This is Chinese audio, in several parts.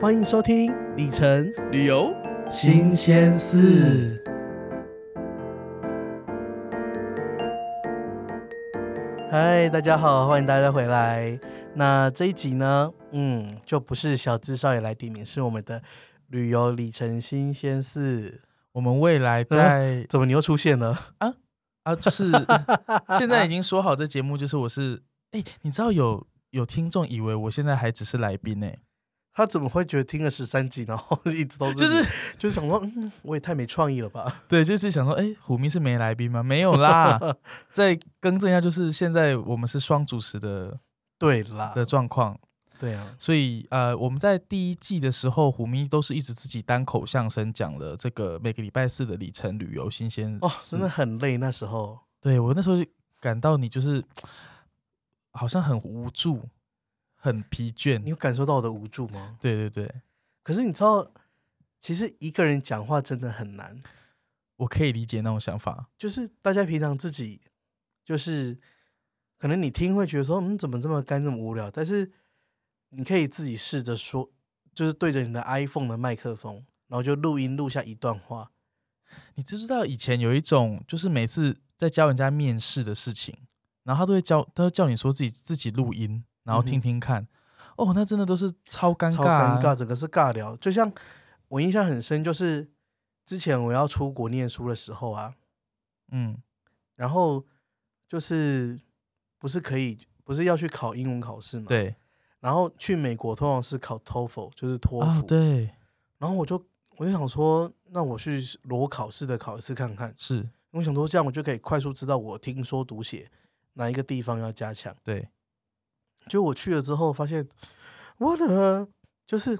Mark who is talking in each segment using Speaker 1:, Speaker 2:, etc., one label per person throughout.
Speaker 1: 欢迎收听李晨
Speaker 2: 旅游
Speaker 1: 新鲜事。嗨，大家好，欢迎大家回来。那这一集呢，嗯，就不是小资少爷来点名，是我们的旅游里程新鲜事。
Speaker 2: 我们未来
Speaker 1: 嗯
Speaker 2: 在
Speaker 1: 怎么你又出现了？
Speaker 2: 啊，就是 现在已经说好，这节目就是我是哎、你知道有有听众以为我现在还只是来宾呢、
Speaker 1: 他怎么会觉得听了十三集，然后一直都
Speaker 2: 就是是
Speaker 1: 你就是想说，嗯，我也太没创意了吧？
Speaker 2: 对，就是想说，哎、虎咪是没来宾吗？没有 啦，再更正一下，就是现在我们是双主持的
Speaker 1: 对啦，
Speaker 2: 的状况，
Speaker 1: 对啊，
Speaker 2: 所以呃，我们在第一季的时候，虎咪都是一直自己单口相声讲了这个每个礼拜四的里程旅游新鲜
Speaker 1: 哦，
Speaker 2: 事
Speaker 1: 真的很累那时候。
Speaker 2: 对我那时候就感到你就是好像很无助，很疲倦
Speaker 1: 你。有感受到我的无助吗？
Speaker 2: 对对对，
Speaker 1: 可是你知道，其实一个人讲话真的很难，
Speaker 2: 我可以理解那种想法。
Speaker 1: 就是大家平常自己就是，可能你听会觉得说，嗯，怎么这么干，这么无聊？但是你可以自己试着说，就是对着你的 iPhone 的麦克风，然后就录音录下一段话。
Speaker 2: 你知不知道以前有一种，就是每次在教人家面试的事情，然后他都会教，他都叫你说自己自己录音，然后
Speaker 1: 嗯
Speaker 2: 听听看。哦，那真的都是超尴
Speaker 1: 超
Speaker 2: 尬、啊
Speaker 1: 尴尬，。整个是尬聊。就像我印象很深，就是之前我要出国念书的时候啊，
Speaker 2: 嗯，
Speaker 1: 然后就是不是可以不是要去考英文考试嘛？。
Speaker 2: 对
Speaker 1: 然后去美国通常是考 TOEFL，就是托
Speaker 2: 啊、
Speaker 1: 福。
Speaker 2: 哦，对，
Speaker 1: 然后我就我就想说，那我去裸考试的考试看看。
Speaker 2: 是，
Speaker 1: 我想说这样我就可以快速知道我听说读写哪一个地方要加强。
Speaker 2: 对，
Speaker 1: 就我去了之后发现，我的就是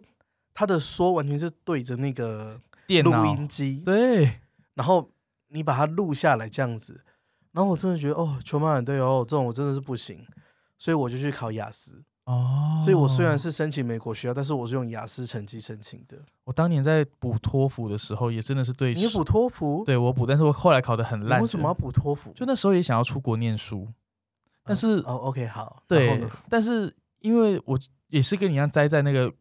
Speaker 1: 他的说完全是对着那个
Speaker 2: 电
Speaker 1: 录
Speaker 2: 脑，
Speaker 1: 音机，
Speaker 2: 对，
Speaker 1: 然后你把它录下来这样子。然后我真的觉得哦，求马尔队哦，这种我真的是不行，所以我就去考雅思。
Speaker 2: 哦，
Speaker 1: 所以我虽然是申请美国学校，但是我是用雅思成绩申请的。
Speaker 2: 我当年在补托福的时候，也真的是对，
Speaker 1: 你补托福？
Speaker 2: 对我补，但是我后来考得很
Speaker 1: 你
Speaker 2: 烂。
Speaker 1: 为什么要补托福？
Speaker 2: 就那时候也想要出国念书，但
Speaker 1: 嗯
Speaker 2: 是、
Speaker 1: 哦，OK，好，然后
Speaker 2: 对
Speaker 1: 呢，
Speaker 2: 但是因为我也是跟你一样栽在那个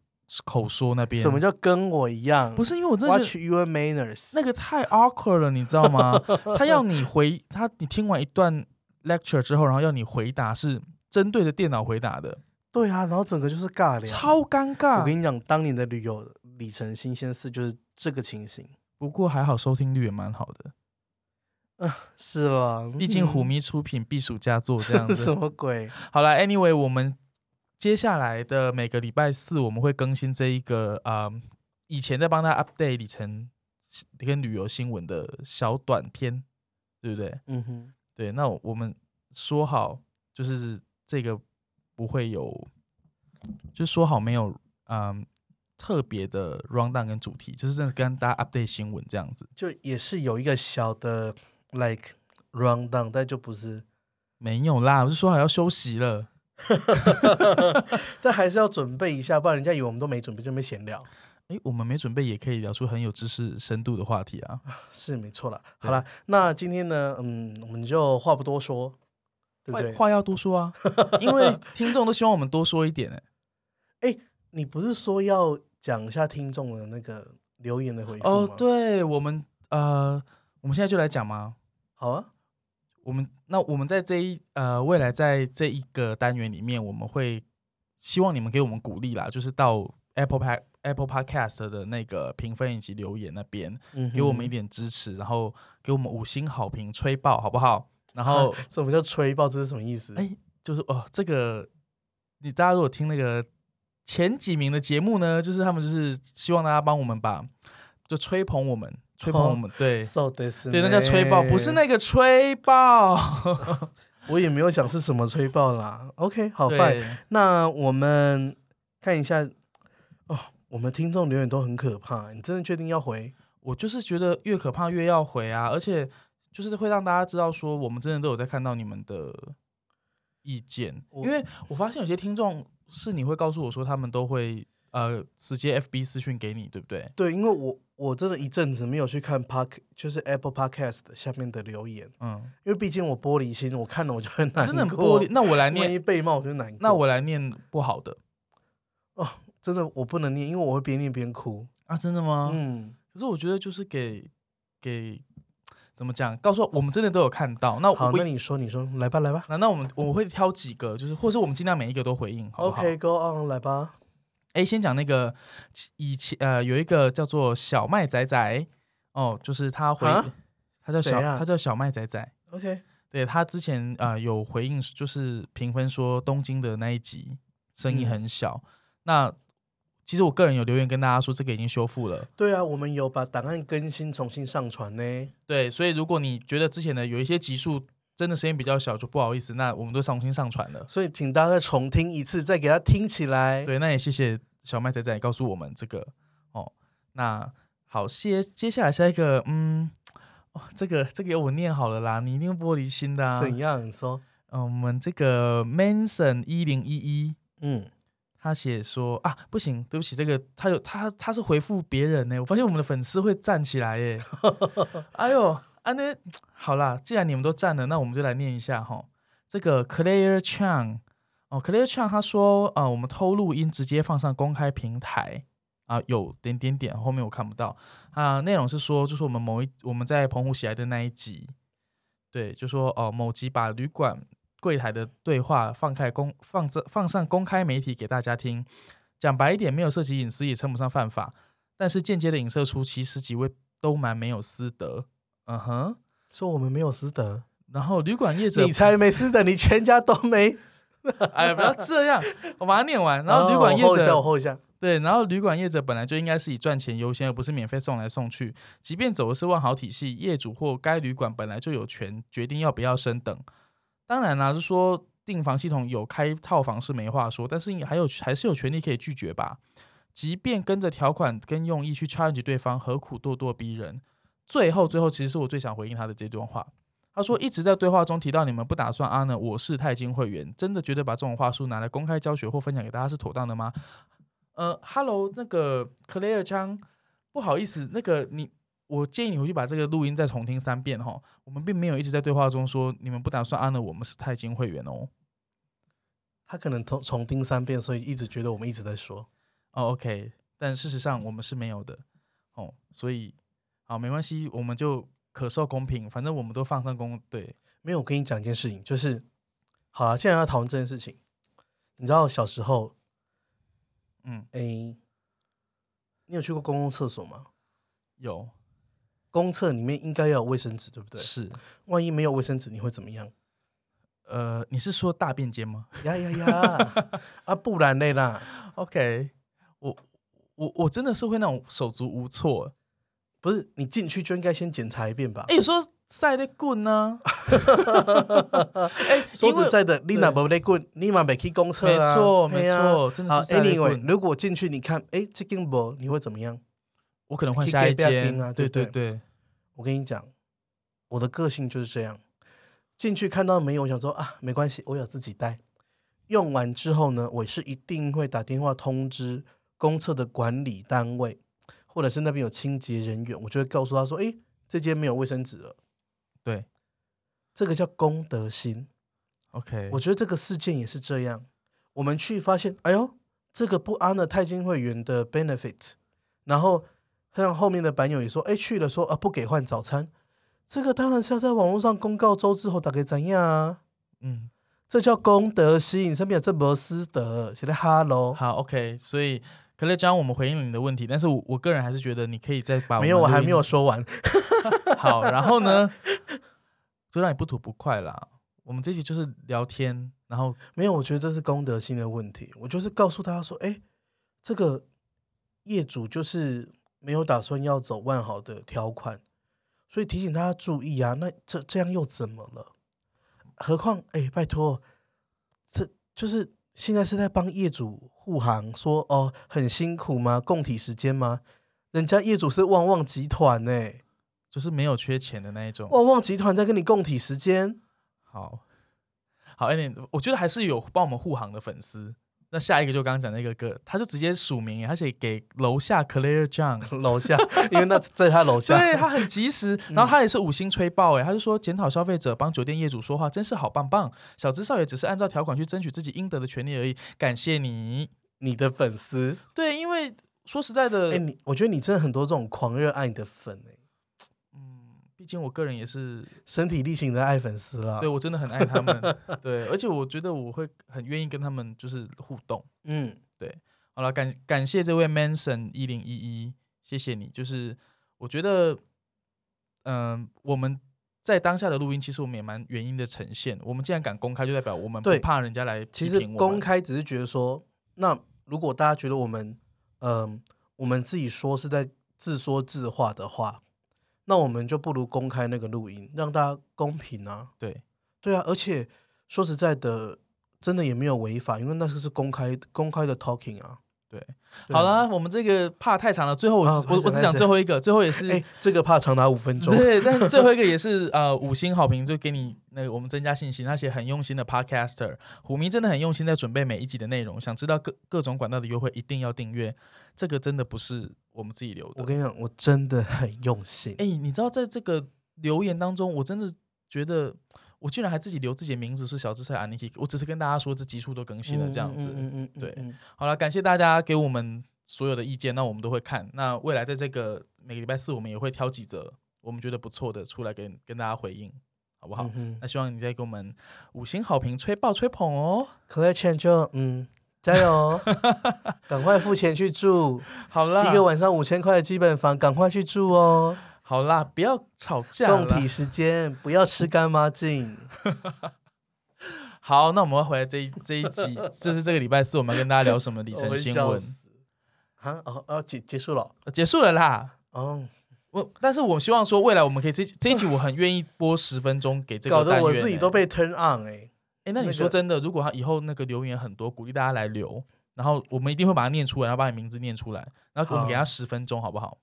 Speaker 2: 口说那边，
Speaker 1: 什么叫跟我一样？
Speaker 2: 不是因为我真的觉
Speaker 1: ，Watch
Speaker 2: 得
Speaker 1: your manners。
Speaker 2: 那个太 awkward 了，你知 道吗？他要你回他，你听完一段 lecture 之后，然后要你回答是针对着电脑回答的，
Speaker 1: 对啊，然后整个就是尬聊。
Speaker 2: 超尴
Speaker 1: 我
Speaker 2: 尬。
Speaker 1: 跟你讲，当年的旅游里程新鲜事就是这个情形。
Speaker 2: 不过还好收听率也蛮好的，
Speaker 1: 是啦，
Speaker 2: 毕竟虎
Speaker 1: 嗯
Speaker 2: 迷出品必属佳作这样子
Speaker 1: 什。么鬼？
Speaker 2: 好了，Anyway，我们接下来的每个礼拜四我们会更新这一个啊、呃以前在帮他 update 里程跟旅游新闻的小短片，对不对？
Speaker 1: 嗯哼，
Speaker 2: 对，那我们说好就是这个不会有，就说好没有嗯、特别的 round down 跟主题，就是真的跟大家 update 新闻这样子，
Speaker 1: 就也是有一个小的 like round down，但就不是，
Speaker 2: 没有啦，我是说好要休息了。
Speaker 1: 但还是要准备一下，不然人家以为我们都没准备，就没闲聊。
Speaker 2: 诶，我们没准备也可以聊出很有知识深度的话题啊。
Speaker 1: 是没错啦。
Speaker 2: 对
Speaker 1: 好啦，那今天呢，嗯，我们就话不多说，对不
Speaker 2: 话
Speaker 1: 对？
Speaker 2: 话要多说啊，因为听众都希望我们多说一点 哎、
Speaker 1: 你不是说要讲一下听众的那个留言的回复吗？
Speaker 2: 哦，，对，我们呃，我们现在就来讲嘛。
Speaker 1: 好啊，
Speaker 2: 我们那我们在这一呃未来在这一个单元里面，我们会希望你们给我们鼓励啦，就是到 Apple Pa Apple Podcast 的那个评分以及留言那边
Speaker 1: 嗯哼
Speaker 2: 给我们一点支持，然后给我们五星好评吹爆好不好？然后
Speaker 1: 嗯什么叫吹爆？这是什么意思？
Speaker 2: 哎就是哦，这个你大家如果听那个前几名的节目呢，就是他们就是希望大家帮我们把就吹捧我们，吹捧我们，对
Speaker 1: ，so this，
Speaker 2: 对，那叫吹爆，不是，那个吹爆，
Speaker 1: 我也没有想是什么吹爆啦。OK，好快，
Speaker 2: 对，
Speaker 1: 那我们看一下哦，我们听众留言都很可怕，你真的确定要回？
Speaker 2: 我就是觉得越可怕越要回啊，而且就是会让大家知道说我们真的都有在看到你们的意见，
Speaker 1: 我
Speaker 2: 因为我发现有些听众是你会告诉我说他们都会呃直接 FB 私讯给你，对不对？
Speaker 1: 对，因为我我真的一阵子没有去看 Park，就是 Apple Podcast 下面的留言，
Speaker 2: 嗯，
Speaker 1: 因为毕竟我玻璃心，我看了我就很难过，
Speaker 2: 真的很玻璃。那我来念
Speaker 1: 万一被骂我就难过。
Speaker 2: 那我来念不好的，
Speaker 1: 真的我不能念，因为我会边念边哭。
Speaker 2: 啊，真的吗？
Speaker 1: 嗯，
Speaker 2: 可是我觉得就是给给怎么讲，告诉我们真的都有看到。那
Speaker 1: 好，
Speaker 2: 我
Speaker 1: 那你说，你说，来吧，来吧。
Speaker 2: 那那我们我会挑几个，就是或是我们尽量每一个都回应，好不好
Speaker 1: OK，Go、on，来吧。
Speaker 2: 哎，先讲那个以前呃有一个叫做小麦仔仔哦，就是他回
Speaker 1: 啊
Speaker 2: 他叫小、
Speaker 1: 谁啊
Speaker 2: 他叫小麦仔仔，
Speaker 1: OK，
Speaker 2: 对他之前呃有回应就是评分说东京的那一集声音
Speaker 1: 嗯
Speaker 2: 很小，那其实我个人有留言跟大家说这个已经修复了。
Speaker 1: 对啊，我们有把档案更新重新上传呢。
Speaker 2: 对，所以如果你觉得之前的有一些集数真的时间比较小，就不好意思，那我们都重新上传了。
Speaker 1: 所以请大家再重听一次，再给它听起来。
Speaker 2: 对，那也谢谢小麦仔仔告诉我们这个哦。那好，接接下来下一个，嗯，哦，这个这个由我念好了啦，你一定玻璃心的、啊。
Speaker 1: 怎样？你说，
Speaker 2: 嗯、我们这个 Manson 一零一一，
Speaker 1: 嗯，
Speaker 2: 他写说啊，不行，对不起，这个他有他他是回复别人呢，我发现我们的粉丝会站起来耶。哎呦，啊那好啦，既然你们都站了，那我们就来念一下哈。这个 Claire Chang 哦，Claire Chang 他说啊、呃我们偷录音直接放上公开平台啊、有点点点，后面我看不到啊、内容是说，就是我们某一我们在澎湖喜来的那一集，对，就说哦、某集把旅馆柜台的对话放开公放这放上公开媒体给大家听。讲白一点，没有涉及隐私也称不上犯法，但是间接的影射出其实几位都蛮没有私德。嗯哼，
Speaker 1: 说我们没有私德，
Speaker 2: 然后旅馆业者，
Speaker 1: 你才没私德，你全家都没。
Speaker 2: 哎呀，不要这样，我把它念完。然后旅馆业
Speaker 1: 哦我 hold 一
Speaker 2: 者，
Speaker 1: 下，我 hold 一下。
Speaker 2: 对，然后旅馆业者本来就应该是以赚钱优先，而不是免费送来送去。即便走的是万豪体系，业主或该旅馆本来就有权决定要不要升等。当然啦，就说订房系统有开套房是没话说，但是你还有还是有权利可以拒绝吧。即便跟着条款跟用意去 challenge 对方，何苦咄咄逼人？最后，最后其实是我最想回应他的这段话。他说一直在对话中提到你们不打算啊呢，我是钛金会员，真的觉得把这种话术拿来公开教学或分享给大家是妥当的吗？呃，Hello，那个 Claire 张，不好意思，那个你，我建议你回去把这个录音再重听三遍哈。我们并没有一直在对话中说你们不打算安了，我们是钛金会员哦。
Speaker 1: 他可能重重听三遍，所以一直觉得我们一直在说。
Speaker 2: 哦，OK，但事实上我们是没有的哦，所以好没关系，我们就可受公平，反正我们都放上公对，
Speaker 1: 没有，我跟你讲一件事情，就是，好啊了，既然要讨论这件事情，你知道小时候，
Speaker 2: 嗯，
Speaker 1: 诶，你有去过公共厕所吗？
Speaker 2: 有
Speaker 1: 公厕里面应该要有卫生纸，对不对？
Speaker 2: 是
Speaker 1: 万一没有卫生纸，你会怎么样？
Speaker 2: 呃，你是说大便间吗
Speaker 1: 呀呀呀！啊，不然嘞啦，
Speaker 2: ？OK，我我我真的是会那种手足无措，
Speaker 1: 不是你进去就应该先检查一遍吧？
Speaker 2: 哎、有时候晒的 棍呢、哎、
Speaker 1: 说
Speaker 2: 因为
Speaker 1: 实在的，你
Speaker 2: 对
Speaker 1: 哪不勒棍，你嘛没去公厕
Speaker 2: 没
Speaker 1: 啊？
Speaker 2: 错，
Speaker 1: 嘿
Speaker 2: 没
Speaker 1: 啊。
Speaker 2: 错，真
Speaker 1: 好
Speaker 2: 的是塞雷
Speaker 1: ，Anyway，
Speaker 2: 棍。
Speaker 1: 如果进去你看，哎，这根不，你会怎么样？
Speaker 2: 我可能换
Speaker 1: 去
Speaker 2: 下一
Speaker 1: gay 不要
Speaker 2: 间
Speaker 1: 盯啊
Speaker 2: 对
Speaker 1: 对
Speaker 2: 对
Speaker 1: 不
Speaker 2: 对，
Speaker 1: 我跟你讲，我的个性就是这样，进去看到没有，我想说啊，没关系，我有自己带。用完之后呢，我是一定会打电话通知公厕的管理单位，或者是那边有清洁人员，我就会告诉他说，诶，这间没有卫生纸了。
Speaker 2: 对
Speaker 1: 这个叫公德心。
Speaker 2: ，OK，
Speaker 1: 我觉得这个事件也是这样，我们去发现，哎呦，这个不安的钛金会员的 benefit，然后让后面的版友也说，哎，去了说啊不给换早餐，这个当然是要在网络上公告周之后打给怎样啊，
Speaker 2: 嗯，
Speaker 1: 这叫公德心，你身边有这么私德，写的 hello，
Speaker 2: 好，OK，所以可乐将我们回应了你的问题，但是我我个人还是觉得你可以再把
Speaker 1: 没有，
Speaker 2: 们
Speaker 1: 我
Speaker 2: 的
Speaker 1: 还
Speaker 2: 录
Speaker 1: 没有
Speaker 2: 音
Speaker 1: 说完，
Speaker 2: 好，然后呢，就让你不吐不快啦。我们这集就是聊天，然后
Speaker 1: 没有，我觉得这是公德心的问题，我就是告诉他说，哎，这个业主就是没有打算要走万豪的条款，所以提醒大家注意啊。那这这样又怎么了？何况哎，拜托，这就是现在是在帮业主护航，说哦很辛苦吗？供体时间吗？人家业主是旺旺集团呢、
Speaker 2: 就是没有缺钱的那一种。
Speaker 1: 旺旺集团在跟你供体时间，
Speaker 2: 好，好，哎、点，我觉得还是有帮我们护航的粉丝。那下一个就刚刚讲那个歌，他就直接署名耶，他写给楼下 Claire John。
Speaker 1: 楼下，因为那在他楼下，
Speaker 2: 对他很及时，然后他也是五星吹爆哎、他就说检讨消费者，帮酒店业主说话，真是好棒棒。小资少爷只是按照条款去争取自己应得的权利而已，感谢你。
Speaker 1: 你的粉丝。
Speaker 2: 对，因为说实在的，
Speaker 1: 哎、你我觉得你真的很多这种狂热爱你的粉、哎，
Speaker 2: 嗯，毕竟我个人也是，
Speaker 1: 身体力行的爱粉丝啦。
Speaker 2: 对，我真的很爱他们，对，而且我觉得我会很愿意跟他们就是互动。
Speaker 1: 嗯，
Speaker 2: 好了，感感谢这位 Manson 一零一一，谢谢你。就是我觉得，嗯、我们在当下的录音，其实我们也蛮原因的呈现。我们既然敢公开，就代表我们不
Speaker 1: 对
Speaker 2: 怕人家来
Speaker 1: 其
Speaker 2: 批
Speaker 1: 实
Speaker 2: 评我
Speaker 1: 公
Speaker 2: 们。
Speaker 1: 开只是觉得说，那如果大家觉得我们，嗯、我们自己说是在自说自话的话，那我们就不如公开那个录音，让大家公平啊。
Speaker 2: 对
Speaker 1: 对啊，而且说实在的，真的也没有违法，因为那是是公开公开的 talking 啊。
Speaker 2: 对，
Speaker 1: 对啊
Speaker 2: 好，了，我们这个怕太长了。最后我、
Speaker 1: 啊
Speaker 2: 我
Speaker 1: 拍手
Speaker 2: 我只
Speaker 1: 拍
Speaker 2: 讲
Speaker 1: 手
Speaker 2: 最后一个，最后也是、
Speaker 1: 哎、这个怕长达五分钟。
Speaker 2: 对，但最后一个也是呃五星好评，就给你那个我们增加信心。那些很用心的 podcaster，虎迷真的很用心在准备每一集的内容。想知道各各种管道的优惠，一定要订阅。这个真的不是我们自己留
Speaker 1: 我
Speaker 2: 的。
Speaker 1: 跟你讲，我真的很用心。
Speaker 2: 哎、你知道在这个留言当中，我真的觉得我居然还自己留自己的名字是小资菜 Aniki，我只是跟大家说这集数都更新了这样子。
Speaker 1: 嗯嗯
Speaker 2: 对
Speaker 1: 嗯
Speaker 2: 好了，感谢大家给我们所有的意见，那我们都会看。那未来在这个每个礼拜四，我们也会挑几则我们觉得不错的出来跟跟大家回应，好不好？
Speaker 1: 嗯嗯
Speaker 2: 那希望你再给我们五星好评，吹爆吹捧哦。
Speaker 1: Claire Chen 就嗯，加油 哦，赶快付钱去住，
Speaker 2: 好啦
Speaker 1: 一，个晚上五千块的基本房，赶快去住哦。
Speaker 2: 好啦，不要吵架
Speaker 1: 共
Speaker 2: 啦
Speaker 1: 体。时间，不要吃干妈净。
Speaker 2: 好，那我们要回来这一这一集， 就是这个礼拜四我们要跟大家聊什么里
Speaker 1: 我
Speaker 2: 程
Speaker 1: 会
Speaker 2: 新
Speaker 1: 笑
Speaker 2: 闻，
Speaker 1: 死啊哦哦，结结束了
Speaker 2: 呃结束了啦。
Speaker 1: 哦，
Speaker 2: 我，但是我希望说，未来我们可以这这一集，我很愿意播十分钟给这个
Speaker 1: 搞
Speaker 2: 单
Speaker 1: 得
Speaker 2: 元
Speaker 1: 我自己
Speaker 2: 欸
Speaker 1: 都被 turn on 哎、
Speaker 2: 哎，那
Speaker 1: 那
Speaker 2: 你
Speaker 1: 个
Speaker 2: 说真的，如果他以后那个留言很多，鼓励大家来留，然后我们一定会把它念出来，然后把你名字念出来，然后我们给他
Speaker 1: 好
Speaker 2: 十分钟，好不好？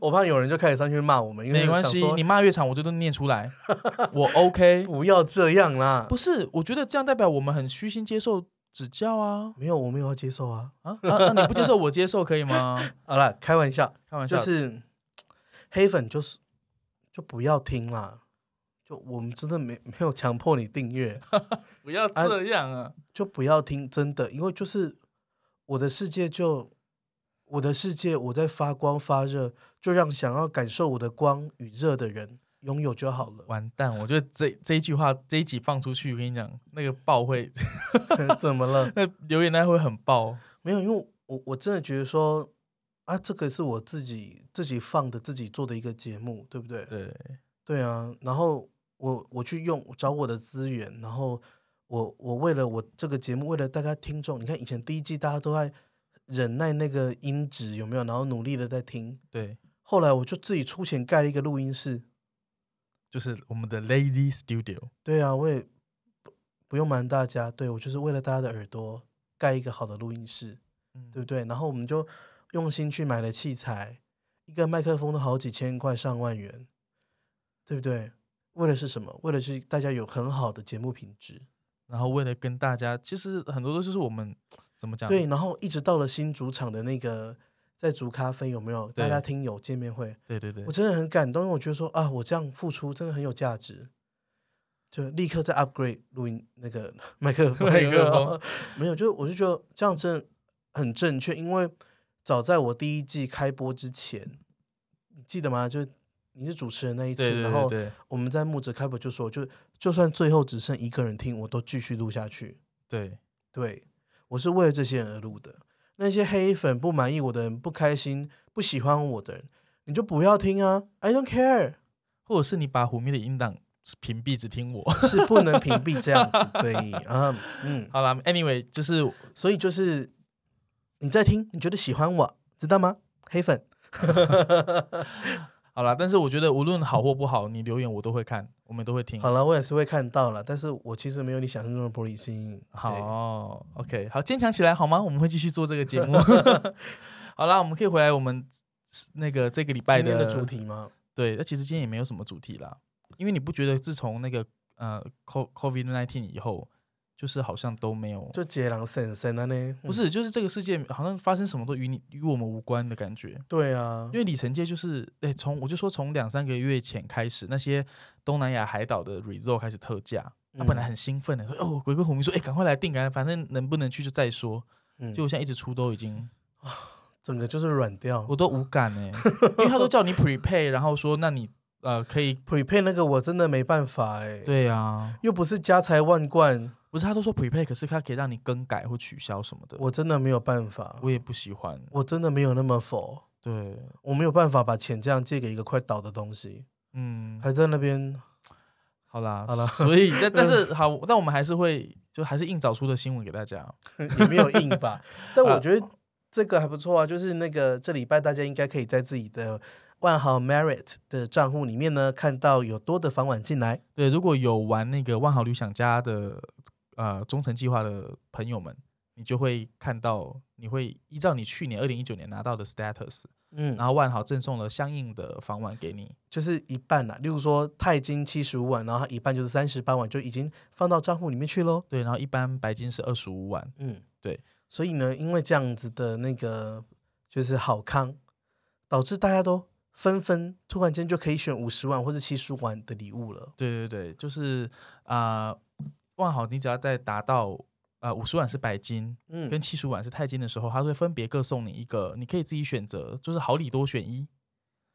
Speaker 1: 我怕有人就开始上去骂我们，因为
Speaker 2: 没关
Speaker 1: 想
Speaker 2: 系，
Speaker 1: 说
Speaker 2: 你骂越长，我就都念出 来，我 OK。
Speaker 1: 不要这样啦
Speaker 2: 不。是，我觉得这样代表我们很虚心接受指教啊
Speaker 1: 没有，我没有要接受啊。
Speaker 2: 啊啊！啊你不接受，我接受可以吗？
Speaker 1: 好啦，开玩笑，
Speaker 2: 开玩笑
Speaker 1: 就
Speaker 2: 的，
Speaker 1: 是黑粉就是就不要听啦。就我们真的没没有强迫你订阅，
Speaker 2: 不要
Speaker 1: 啊
Speaker 2: 这样啊！
Speaker 1: 就不要听真的，因为就是我的世界就我的世界，我在发光发热，就让想要感受我的光与热的人拥有就好了。
Speaker 2: 完蛋，我觉得这这一句话这一集放出去，我跟你讲，那个爆会，
Speaker 1: 怎么了？
Speaker 2: 那留言那会很爆。
Speaker 1: 没有，因为我我真的觉得说啊，这个是我自己自己放的、自己做的一个节目，对不对？
Speaker 2: 对，
Speaker 1: 对啊，然后我我去用找我的资源，然后我我为了我这个节目，为了大家听众，你看以前第一季大家都在忍耐那个音质有没有，然后努力的在听，
Speaker 2: 对，
Speaker 1: 后来我就自己出钱盖了一个录音室，
Speaker 2: 就是我们的 Lazy Studio。
Speaker 1: 对啊，我也不不用瞒大家，对我就是为了大家的耳朵盖一个好的录音室，
Speaker 2: 嗯
Speaker 1: 对不对？然后我们就用心去买了器材，一个麦克风都好几千块、上万元，对不对？为的是什么？为的是大家有很好的节目品质。
Speaker 2: 然后为了跟大家，其实很多都就是我们怎么讲？
Speaker 1: 对，然后一直到了新主场的那个在煮咖啡，有没有？大家
Speaker 2: 对
Speaker 1: 听友见面会，
Speaker 2: 对对对
Speaker 1: 我，真的很感动，因为我觉得说啊，我这样付出真的很有价值，就立刻在 upgrade 录音那个麦克风，
Speaker 2: 麦克风
Speaker 1: 没有，就我就觉得这样真的很正确，因为早在我第一季开播之前，你记得吗？就是你是主持人那一次，
Speaker 2: 对对
Speaker 1: 然
Speaker 2: 对
Speaker 1: 后
Speaker 2: 对
Speaker 1: 我们在木子开播就说，就就算最后只剩一个人听，我都继续录下去。
Speaker 2: 对，
Speaker 1: 对我是为了这些人而录的。那些黑粉不满意我的人、不开心、不喜欢我的人，你就不要听啊！I don't care，
Speaker 2: 或者是你把虎咪的音档屏蔽，只听我。
Speaker 1: 是不能屏蔽这样子。对啊，嗯，
Speaker 2: 好啦 a n y w a y 就是
Speaker 1: 所以就是你在听，你觉得喜欢我，知道吗？黑粉，
Speaker 2: 好啦，但是我觉得无论好或不好，你留言我都会看，我们都会听。
Speaker 1: 好了，我也是会看到了，但是我其实没有你想象中的玻璃心。对，
Speaker 2: 好，OK，好，坚强起来好吗？我们会继续做这个节 目。 好啦，我们可以回来我们那个这个礼拜
Speaker 1: 今天的主。题吗？
Speaker 2: 对，那其实今天也没有什么主题啦，因为你不觉得自从那个呃 CO COVID nineteen 以后，就是好像都没有
Speaker 1: 就杰郎婶婶啊呢？
Speaker 2: 不
Speaker 1: 嗯，
Speaker 2: 是，就是这个世界好像发生什么都与你与我们无关的感觉。
Speaker 1: 对啊
Speaker 2: 因，为里程界就是，哎，从我就说从两三个月前开始，那些东南亚海岛的 resort 开始特价，他、本来
Speaker 1: 嗯
Speaker 2: 很兴奋的说，哦，鬼鬼虎迷说，哎，赶快来订，赶快，反正能不能去就再说。
Speaker 1: 嗯
Speaker 2: 就我现在一直出都已经
Speaker 1: 整个就是软掉
Speaker 2: 我。都无感哎、因为他都叫你 prepay，然后说那你呃可以
Speaker 1: prepay 那个我真的没办法哎、
Speaker 2: 对啊，
Speaker 1: 又不是家财万贯，
Speaker 2: 不是他都说 prepay，可是他可以让你更改或取消什么的，我
Speaker 1: 我真的没有办法，
Speaker 2: 我也不喜欢。
Speaker 1: 我真的没有那么佛，
Speaker 2: 对，
Speaker 1: 我没有办法把钱这样借给一个快倒的东西，
Speaker 2: 嗯，
Speaker 1: 还在那边
Speaker 2: 好啦，
Speaker 1: 好啦
Speaker 2: 所以但 但是好，但我们还是会就还是硬找出的新闻给大家。
Speaker 1: 也没有硬吧。但
Speaker 2: 啊
Speaker 1: 我觉得这个还不错啊，就是那个这礼拜大家应该可以在自己的万豪 Merit 的账户里面呢，看到有多的房晚进来。
Speaker 2: 对，如果有玩那个万豪旅想家的呃忠诚计划的朋友们，你就会看到，你会依照你去年二零一九年拿到的 status，
Speaker 1: 嗯，
Speaker 2: 然后万豪赠送了相应的房晚给你。
Speaker 1: 就是一半啦。例如说钛金七十五万，然后它一半就是三十八万，就已经放到账户里面去喽。
Speaker 2: 对，然后一般白金是二十五万，
Speaker 1: 嗯，
Speaker 2: 对。
Speaker 1: 所以呢，因为这样子的那个就是好康，导致大家都纷纷突然间就可以选五十万或者七十万的礼物了。
Speaker 2: 对对对，就是啊、呃万豪你只要在达到呃五十万是白金
Speaker 1: 嗯
Speaker 2: 跟七十万是钛金的时候，它会分别各送你一个，你可以自己选择，就是好礼多选一。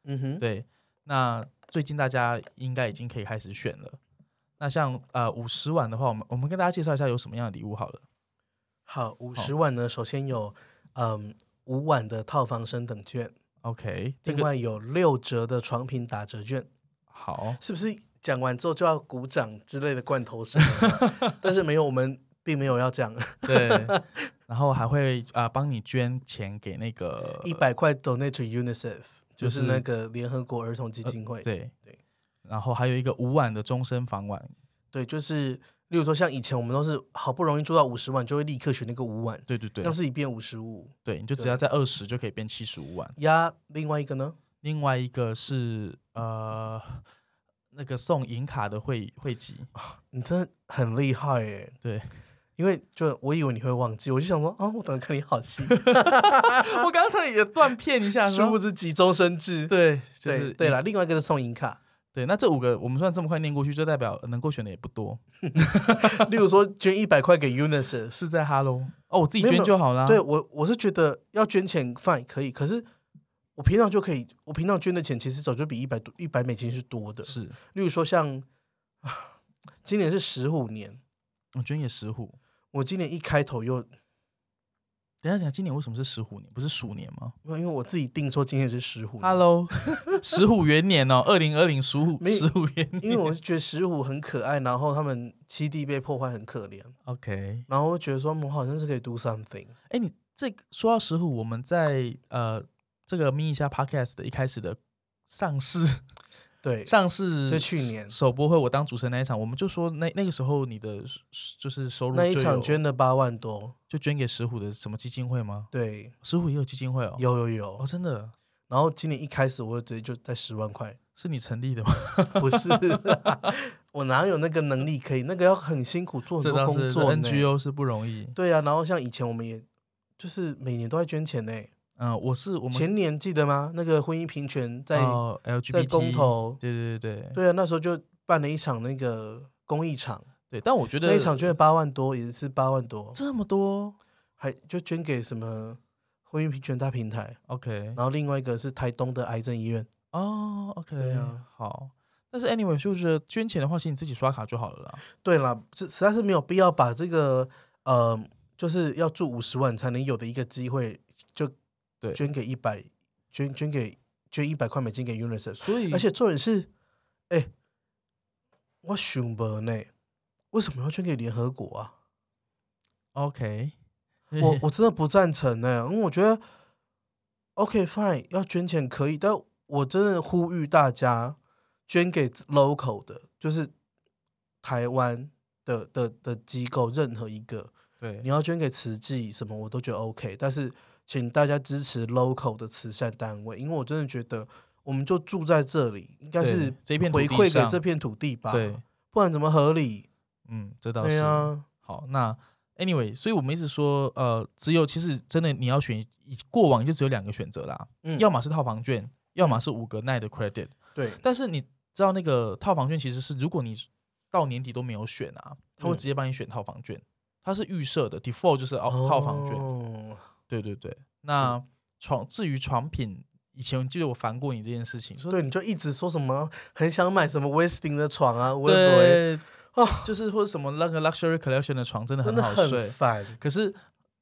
Speaker 1: 嗯哼，
Speaker 2: 对，那最近大家应该已经可以开始选了。那像呃五十碗的话，我们我们跟大家介绍一下有什么样的礼物好了。
Speaker 1: 好，五十万呢，首先有嗯五晚的套房升等券，
Speaker 2: OK，这
Speaker 1: 另
Speaker 2: 个
Speaker 1: 外有六折的床品打折券，
Speaker 2: 好，
Speaker 1: 是不是讲完之后就要鼓掌之类的罐头声了？ 但是没有，我们并没有要这样。
Speaker 2: 对，然后还会啊、呃帮你捐钱给那个
Speaker 1: 一百块 donate to UNICEF，
Speaker 2: 就
Speaker 1: 就是那
Speaker 2: 是
Speaker 1: 个联合国儿童基金会。
Speaker 2: 对
Speaker 1: 对，
Speaker 2: 然后还有一个五碗的终身房碗，
Speaker 1: 对就是例如说像以前我们都是好不容易做到五十万，就会立刻选那个五万，
Speaker 2: 对对对
Speaker 1: 要，是一变五十五
Speaker 2: 对，你就只
Speaker 1: 对
Speaker 2: 要在二十就可以变七十五碗。
Speaker 1: 呀。另外一个呢，
Speaker 2: 另外一个是呃那个送银卡的会 会籍，
Speaker 1: 你真的很厉害耶！
Speaker 2: 对
Speaker 1: 因为就我以为你会忘记，我就想说啊，我等着看你好 戏，
Speaker 2: 我刚才也断片一下，说
Speaker 1: 殊不知急中生智。
Speaker 2: 对，就
Speaker 1: 对
Speaker 2: 是
Speaker 1: 对
Speaker 2: 银
Speaker 1: 啦，另外一个是送银卡，
Speaker 2: 对，那这五个我们算这么快念过去，就代表能够选的也不多，
Speaker 1: 例如说捐一百块给 UNICEF。
Speaker 2: 是在哈喽哦，我自己
Speaker 1: 没有
Speaker 2: 捐就好啦。
Speaker 1: 对我我是觉得要捐钱 fine 可以，可是我平常就可以，我平常捐的钱其实早就比一百多一百美金是多的。
Speaker 2: 是
Speaker 1: 例如说像啊今年是十五年，
Speaker 2: 我捐给石虎。
Speaker 1: 我今年一开头又
Speaker 2: 等一下，等一下，今年为什么是石虎年？不是鼠年吗
Speaker 1: 因为我自己定说今年是十五，
Speaker 2: ？Hello，石虎元年哦，二零二零鼠虎
Speaker 1: 没
Speaker 2: 石虎元年。
Speaker 1: 因为我是觉得石虎很可爱，然后他们七弟被破坏很可怜，
Speaker 2: OK，
Speaker 1: 然后我觉得说我好像是可以 do something。
Speaker 2: 哎，你这个说到石虎，我们在呃这个咪一下 Podcast 的一开始的上市
Speaker 1: 对，
Speaker 2: 上市
Speaker 1: 在去年
Speaker 2: 首播会，我当主持人那一场，我们就说那那个时候你的就是收入
Speaker 1: 那一
Speaker 2: 就
Speaker 1: 场
Speaker 2: 有
Speaker 1: 捐了八万多，
Speaker 2: 就捐给石虎的什么基金会吗？
Speaker 1: 对，
Speaker 2: 石虎也有基金会哦，
Speaker 1: 有有
Speaker 2: 哦，
Speaker 1: 有。
Speaker 2: 真的
Speaker 1: 然后今年一开始我就直接就在十万块，
Speaker 2: 是你成立的吗？
Speaker 1: 不是， 我哪有那个能力可以？那个要很辛苦做
Speaker 2: 这
Speaker 1: 很多
Speaker 2: 倒是
Speaker 1: 工
Speaker 2: 这
Speaker 1: 作呢
Speaker 2: NGO 是不容易。
Speaker 1: 对啊，然后像以前我们也就是每年都在捐钱呢、
Speaker 2: 嗯、我是我们是
Speaker 1: 前年记得吗？那个婚姻平权在、
Speaker 2: 哦 LGBT
Speaker 1: 在公，投，
Speaker 2: 对对对对
Speaker 1: 对啊，那时候就办了一场那个公益场，
Speaker 2: 对，但我觉得
Speaker 1: 那一场捐了八万多，也是八万多，
Speaker 2: 这么多
Speaker 1: 还就捐给什么婚姻平权大平台，
Speaker 2: ，OK
Speaker 1: 然后另外一个是台东的癌症医院，
Speaker 2: 哦 OK，
Speaker 1: 对啊
Speaker 2: 好。但是 anyway，就是捐钱的话，其实你自己刷卡就好了啦。
Speaker 1: 对啦，这实在是没有必要把这个呃，就是要住五十万才能有的一个机会，就
Speaker 2: 对
Speaker 1: 捐给一百，捐捐给捐一百块美金给 UNICEF。
Speaker 2: 所以
Speaker 1: 而且重点是，哎、我想不呢，为什么要捐给联合国啊？
Speaker 2: OK，
Speaker 1: 我我真的不赞成呢、因为我觉得 OK fine 要捐钱可以，但我真的呼吁大家捐给 local 的，就是台湾的的的机构，任何一个，
Speaker 2: 对
Speaker 1: 你要捐给慈济什么，我都觉得 OK，但是请大家支持 local 的慈善单位，因为我真的觉得我们就住在这里，应该
Speaker 2: 对
Speaker 1: 是
Speaker 2: 这片土
Speaker 1: 回
Speaker 2: 地
Speaker 1: 馈给
Speaker 2: 上
Speaker 1: 这片土地吧，
Speaker 2: 对，
Speaker 1: 不然怎么合理？
Speaker 2: 嗯，这倒
Speaker 1: 对
Speaker 2: 是。
Speaker 1: 啊，
Speaker 2: 好，那 anyway，所以我们一直说，呃，只有其实真的你要选，以过往就只有两个选择啦，
Speaker 1: 嗯
Speaker 2: 要么是套房券，要么是五个奈的 E credit。
Speaker 1: 对，
Speaker 2: 但是你知道那个套房券其实是，如果你到年底都没有选啊，他会
Speaker 1: 嗯
Speaker 2: 直接帮你选套房券。它是预设的，default 就是哦套房券，
Speaker 1: 券，
Speaker 2: 对对对。那床至于床品，以前我记得我烦过你这件事情，说
Speaker 1: 对，你就一直说什么很想买什么 Westin 的床啊，我也不会，
Speaker 2: 对
Speaker 1: 哦
Speaker 2: 就是或者什么那个 luxury collection 的床真的
Speaker 1: 真
Speaker 2: 很
Speaker 1: 的
Speaker 2: 好
Speaker 1: 很
Speaker 2: 睡，
Speaker 1: 烦。
Speaker 2: 可是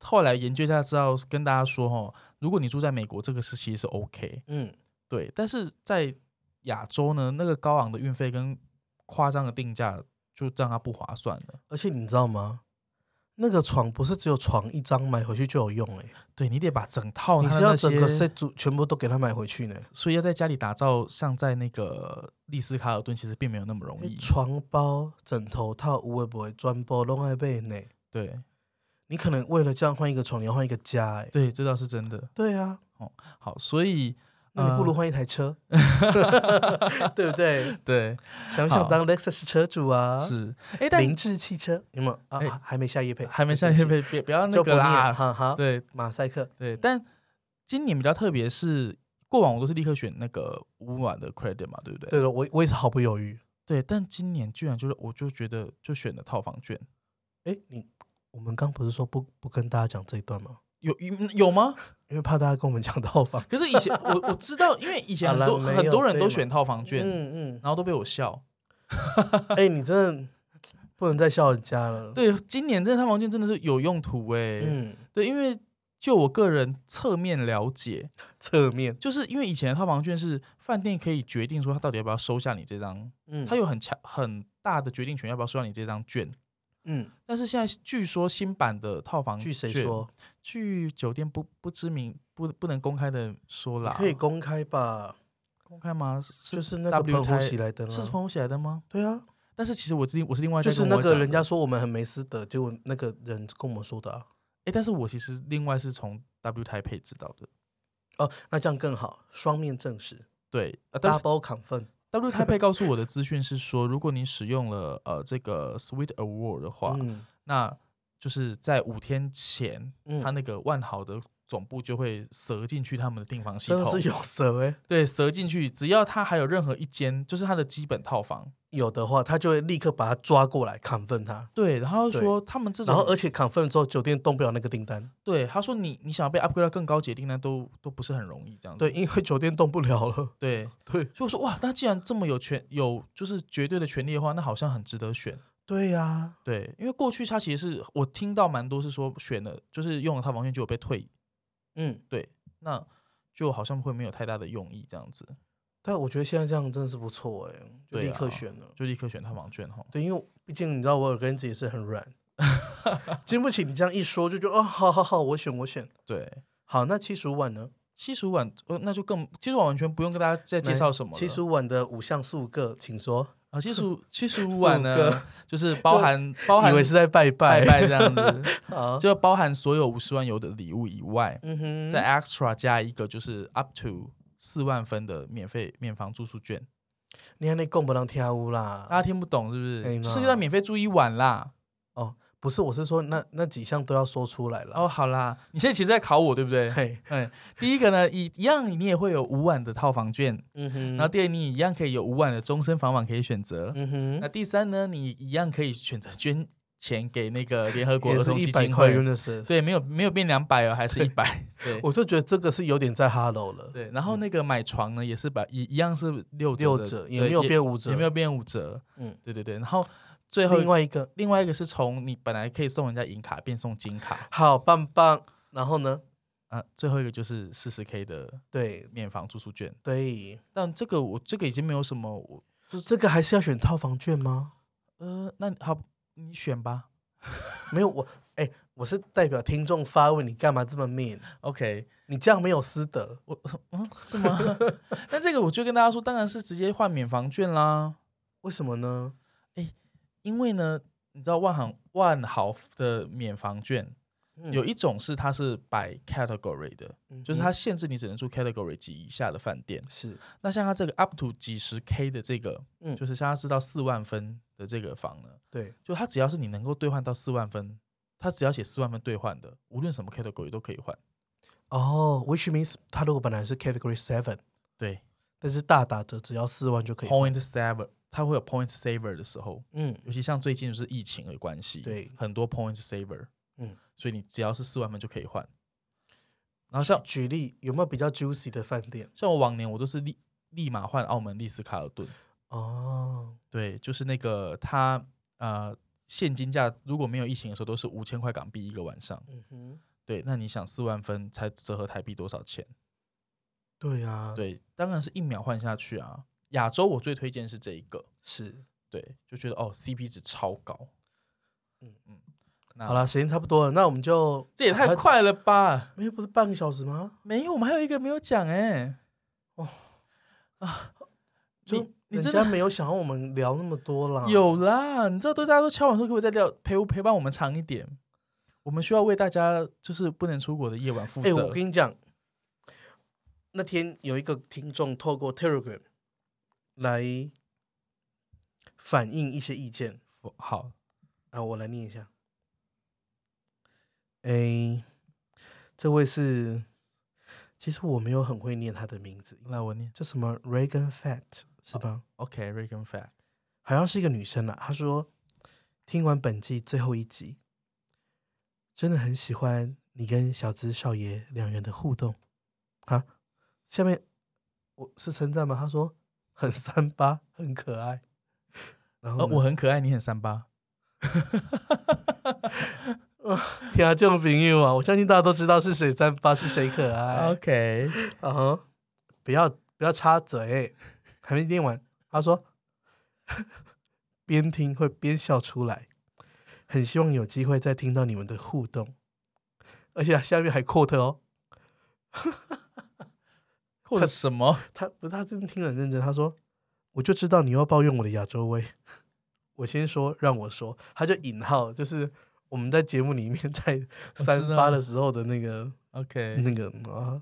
Speaker 2: 后来研究一下知道，跟大家说哦，如果你住在美国，这个是其实是 OK，
Speaker 1: 嗯，
Speaker 2: 对。但是在亚洲呢，那个高昂的运费跟夸张的定价，就让它不划算了。
Speaker 1: 而且你知道吗？那个床不是只有床一张，买回去就有用哎、
Speaker 2: 对你得把整套
Speaker 1: 你
Speaker 2: 它
Speaker 1: 是
Speaker 2: 的
Speaker 1: 要
Speaker 2: 哦那
Speaker 1: 整个
Speaker 2: 些
Speaker 1: set 组全部都给他买回去呢、
Speaker 2: 所以要在家里打造，像在那个丽思卡尔顿，其实并没有那么容易。
Speaker 1: 床包、枕头套、无微不会、砖包、弄爱被呢。
Speaker 2: 对
Speaker 1: 你可能为了这样换一个床，你要换一个家哎、
Speaker 2: 对，这倒是真的。
Speaker 1: 对啊，
Speaker 2: 好，所以
Speaker 1: 那你不如
Speaker 2: 呃
Speaker 1: 换一台车， 对不对？
Speaker 2: 对
Speaker 1: 想不想
Speaker 2: 好
Speaker 1: 当 Lexus 车主啊？
Speaker 2: 是哎，但
Speaker 1: 凌志汽车有没有啊？
Speaker 2: 哎
Speaker 1: 还没下夜配，
Speaker 2: 还没下
Speaker 1: 对
Speaker 2: 去
Speaker 1: 不起
Speaker 2: 被别不要那
Speaker 1: 就不
Speaker 2: 个
Speaker 1: 念，
Speaker 2: 啦。
Speaker 1: 哈哈。
Speaker 2: 对
Speaker 1: 马赛克，
Speaker 2: 对，但今年比较特别是，过往我都是立刻选那个五晚的 credit 嘛，对不对？
Speaker 1: 对了，我我也是毫不犹豫。
Speaker 2: 对但今年居然就是我就觉得就选了套房券，
Speaker 1: 哎，你我们刚不是说不不跟大家讲这一段吗？
Speaker 2: 有有有吗？
Speaker 1: 因为怕大家跟我们讲套房。
Speaker 2: 可是以前我我知道，因为以前
Speaker 1: 好
Speaker 2: 很
Speaker 1: 啦
Speaker 2: 多
Speaker 1: 没
Speaker 2: 很
Speaker 1: 有
Speaker 2: 多人
Speaker 1: 对
Speaker 2: 都
Speaker 1: 嘛
Speaker 2: 选套房 券，
Speaker 1: 嗯嗯。
Speaker 2: 然后都被我笑。
Speaker 1: 哎，你真的不能再笑人家了。，
Speaker 2: 对，今年这套房券真的是有用途哎、
Speaker 1: 嗯，
Speaker 2: 对，因为就我个人侧面了解，
Speaker 1: 侧面，
Speaker 2: 就是因为以前的套房券是饭店可以决定说他到底要不要收下你这张，
Speaker 1: 嗯，
Speaker 2: 他有很强很大的决定权要不要收下你这张券。
Speaker 1: 嗯，
Speaker 2: 但是现在据说新版的套房
Speaker 1: 据谁
Speaker 2: 券？
Speaker 1: 说？
Speaker 2: 据酒店不不知名不不能公开的说啦，
Speaker 1: 可以公开吧？
Speaker 2: 公开吗？是
Speaker 1: 就是那个
Speaker 2: W
Speaker 1: 澎湖
Speaker 2: 台
Speaker 1: 喜来登
Speaker 2: 是
Speaker 1: 啊。
Speaker 2: 朋友写来的吗？
Speaker 1: 对啊，
Speaker 2: 但是其实我自己我是另外
Speaker 1: 就
Speaker 2: 在
Speaker 1: 是
Speaker 2: 跟
Speaker 1: 那
Speaker 2: 我
Speaker 1: 个
Speaker 2: 讲
Speaker 1: 人
Speaker 2: 的
Speaker 1: 家说我们很没师德，结果那个人跟我们说的啊。
Speaker 2: 诶，但是我其实另外是从 W 台配知道的，
Speaker 1: 哦，那这样更好，双面证实
Speaker 2: 对，呃但是
Speaker 1: ，double confirm。
Speaker 2: W 台配告诉我的资讯是说，如果你使用了呃这个 Sweet Award 的话，
Speaker 1: 嗯
Speaker 2: 那就是在五天前，
Speaker 1: 嗯
Speaker 2: 他那个万豪的总部就会折进去他们的订房系
Speaker 1: 真的
Speaker 2: 统
Speaker 1: 是，有 蛇哎、
Speaker 2: 对，折进去，只要他还有任何一间就是他的基本套房，
Speaker 1: 有的话，他就会立刻把他抓过来 confirm 他，
Speaker 2: 对，然后
Speaker 1: 对
Speaker 2: 说他们这
Speaker 1: 然后
Speaker 2: 种，
Speaker 1: 而且 confirm 之后，酒店动不了那个订单，
Speaker 2: 对，他说你你想要被 upgrade 到更高级的订单都都不是很容易这样子，
Speaker 1: 对，因为酒店动不了了，
Speaker 2: 对，
Speaker 1: 对
Speaker 2: 所以我说哇，那既然这么有权有就是绝对的权利的话，那好像很值得选。
Speaker 1: 对呀、
Speaker 2: 对，因为过去他其实是我听到蛮多是说选了，就是用了套房券就有被退，
Speaker 1: 嗯，
Speaker 2: 那就好像会没有太大的用意，这样子
Speaker 1: 但我觉得现在这样真的是不错哎、就
Speaker 2: 对
Speaker 1: 立刻
Speaker 2: 啊
Speaker 1: 选了，
Speaker 2: 就立刻选套房券哈。
Speaker 1: 对，因为毕竟你知道我耳根子也是很 软，经不起你这样一说，就觉得哦，好好好，我选我选，
Speaker 2: 对，
Speaker 1: 好，那七十五晚呢？
Speaker 2: 七十五晚呃那就更七十五晚完全不用跟大家再介
Speaker 1: 来
Speaker 2: 绍什么了。
Speaker 1: 七十五晚的五项数个，请说，
Speaker 2: 啊，七 十五七十
Speaker 1: 四
Speaker 2: 五晚
Speaker 1: 五
Speaker 2: 呢
Speaker 1: 个，
Speaker 2: 就是包含包含
Speaker 1: 以为是在拜
Speaker 2: 拜
Speaker 1: 拜，
Speaker 2: 拜这样子，
Speaker 1: 好，
Speaker 2: 就包含所有五十万有的礼物以外，
Speaker 1: 嗯哼，
Speaker 2: 再 extra 加一个就是 up to 四万分的免费免房住宿券。
Speaker 1: 你看那供不能跳舞啦，
Speaker 2: 大家听不懂是不
Speaker 1: 可以
Speaker 2: 是？
Speaker 1: 吗
Speaker 2: 就是要免费住一晚啦。
Speaker 1: 不是，我是说那那几项都要说出来了。
Speaker 2: 哦，好啦，你现在其实在考我，对 不对？
Speaker 1: 嘿，
Speaker 2: 嗯，第一个呢，一一样你也会有五晚的套房券，
Speaker 1: 嗯哼，
Speaker 2: 然后第二你一样可以有五晚的终身房网可以选择，
Speaker 1: 嗯哼，
Speaker 2: 那第三呢，你一样可以选择捐钱给那个联合国
Speaker 1: 也
Speaker 2: 儿
Speaker 1: 是
Speaker 2: 童基
Speaker 1: 一百
Speaker 2: 金
Speaker 1: 块
Speaker 2: 会，
Speaker 1: UNICEF，
Speaker 2: 对，没有没有变两百哦，还是一百，对
Speaker 1: 我就觉得这个是有点在哈喽了，
Speaker 2: 对，然后那个买床呢也是把一一样是六折的，
Speaker 1: 六折也
Speaker 2: 对
Speaker 1: 没有变五折，
Speaker 2: 也没有变五折，
Speaker 1: 嗯
Speaker 2: 嗯，对对对，然后最后
Speaker 1: 另外一个
Speaker 2: 另外一个是从你本来可以送人家银卡变送金卡。
Speaker 1: 好棒棒。然后呢，
Speaker 2: 啊，最后一个就是四十 K 的
Speaker 1: 对
Speaker 2: 免房住宿券，
Speaker 1: 对，
Speaker 2: 但这个我这个已经没有什么，我
Speaker 1: 这个还是要选套房券吗？
Speaker 2: 呃，那好，你选吧。
Speaker 1: 没有我，哎，我是代表听众发问，你干嘛这么 mean？
Speaker 2: OK，
Speaker 1: 你这样没有私德。
Speaker 2: 我嗯是吗？那这个我就跟大家说，当然是直接换免房券啦，
Speaker 1: 为什么呢？
Speaker 2: 因为呢，你知道万豪万豪的免房券
Speaker 1: 嗯
Speaker 2: 有一种是它是 by category 的，就是
Speaker 1: 嗯
Speaker 2: 它限制你只能住 category 及以下的饭店。
Speaker 1: 是
Speaker 2: 那像它这个 up to 几十 K 的这个，
Speaker 1: 嗯
Speaker 2: 就是像它是到四万分的这个房呢，
Speaker 1: 对，
Speaker 2: 就它只要是你能够兑换到四万分，它只要写四万分兑换的，无论什么 category 都可以换。
Speaker 1: 哦，which means 他如果本来是 Category Seven，
Speaker 2: 对
Speaker 1: 但是大打折只要四万就可以。
Speaker 2: ，point seven 它会有 point saver 的时候，
Speaker 1: 嗯
Speaker 2: 尤其像最近就是疫情的关系，
Speaker 1: 对
Speaker 2: 很多 point saver，
Speaker 1: 嗯，
Speaker 2: 所以你只要是四万分就可以换。然后像
Speaker 1: 举例有没有比较 juicy 的饭店？
Speaker 2: 像我往年我都是立立马换澳门丽思卡尔顿，
Speaker 1: 哦，
Speaker 2: 对，就是那个它呃现金价如果没有疫情的时候都是五千块港币一个晚上，
Speaker 1: 嗯哼，
Speaker 2: 对，那你想四万分才折合台币多少钱？
Speaker 1: 对啊，，
Speaker 2: 对，当然是一秒换下去啊。亚洲我最推荐是这一个，
Speaker 1: 是。
Speaker 2: 对，就觉得哦 CP 值超高，嗯
Speaker 1: 嗯
Speaker 2: 嗯，那
Speaker 1: 好了，时间差不多了，那我们就
Speaker 2: 这也太，
Speaker 1: 还
Speaker 2: 快了吧？
Speaker 1: 没有不是半个小时吗？
Speaker 2: 没有，我们还有一个没有讲哎、
Speaker 1: 哦
Speaker 2: 啊，
Speaker 1: 就
Speaker 2: 你你
Speaker 1: 人
Speaker 2: 真
Speaker 1: 家
Speaker 2: 的
Speaker 1: 没有想要我们聊那么多啦。哎
Speaker 2: 有啦？你知道都大家都敲完说，可不可以再聊陪陪伴我们长一点？我们需要为大家就是不能出国的夜晚负
Speaker 1: 哎、
Speaker 2: 责。
Speaker 1: 我跟你讲，那天有一个听众透过 Telegram 来反映一些意见
Speaker 2: 我好，
Speaker 1: 啊，我来念一下。哎，这位是，其实我没有很会念他的名字，
Speaker 2: 来我念。
Speaker 1: 叫什么 Reagan Fat 是吧？
Speaker 2: OK，Regan、f a c
Speaker 1: 好像是一个女生啦。她说，听完本季最后一集，真的很喜欢你跟小资少爷两人的互动啊。下面我是称赞吗？她说很三八，很可爱。然后
Speaker 2: 呃，
Speaker 1: 呢、
Speaker 2: 我很可爱，你很 三八。
Speaker 1: 天啊，这种评语啊，我相信大家都知道是谁三八，是谁可爱。
Speaker 2: OK，
Speaker 1: 啊哈，不要不要插嘴，还没念完。他说 边听会边笑出来，很希望有机会再听到你们的互动，而且下面还 quote 哦，
Speaker 2: 或者什么？
Speaker 1: 他不是他真的听得很认真。他说我就知道你要抱怨我的亚洲味， 我先说让我说，他就引号就是。我们在节目里面 在
Speaker 2: 我知道
Speaker 1: 三八的时候的那个
Speaker 2: OK，
Speaker 1: 那个啊，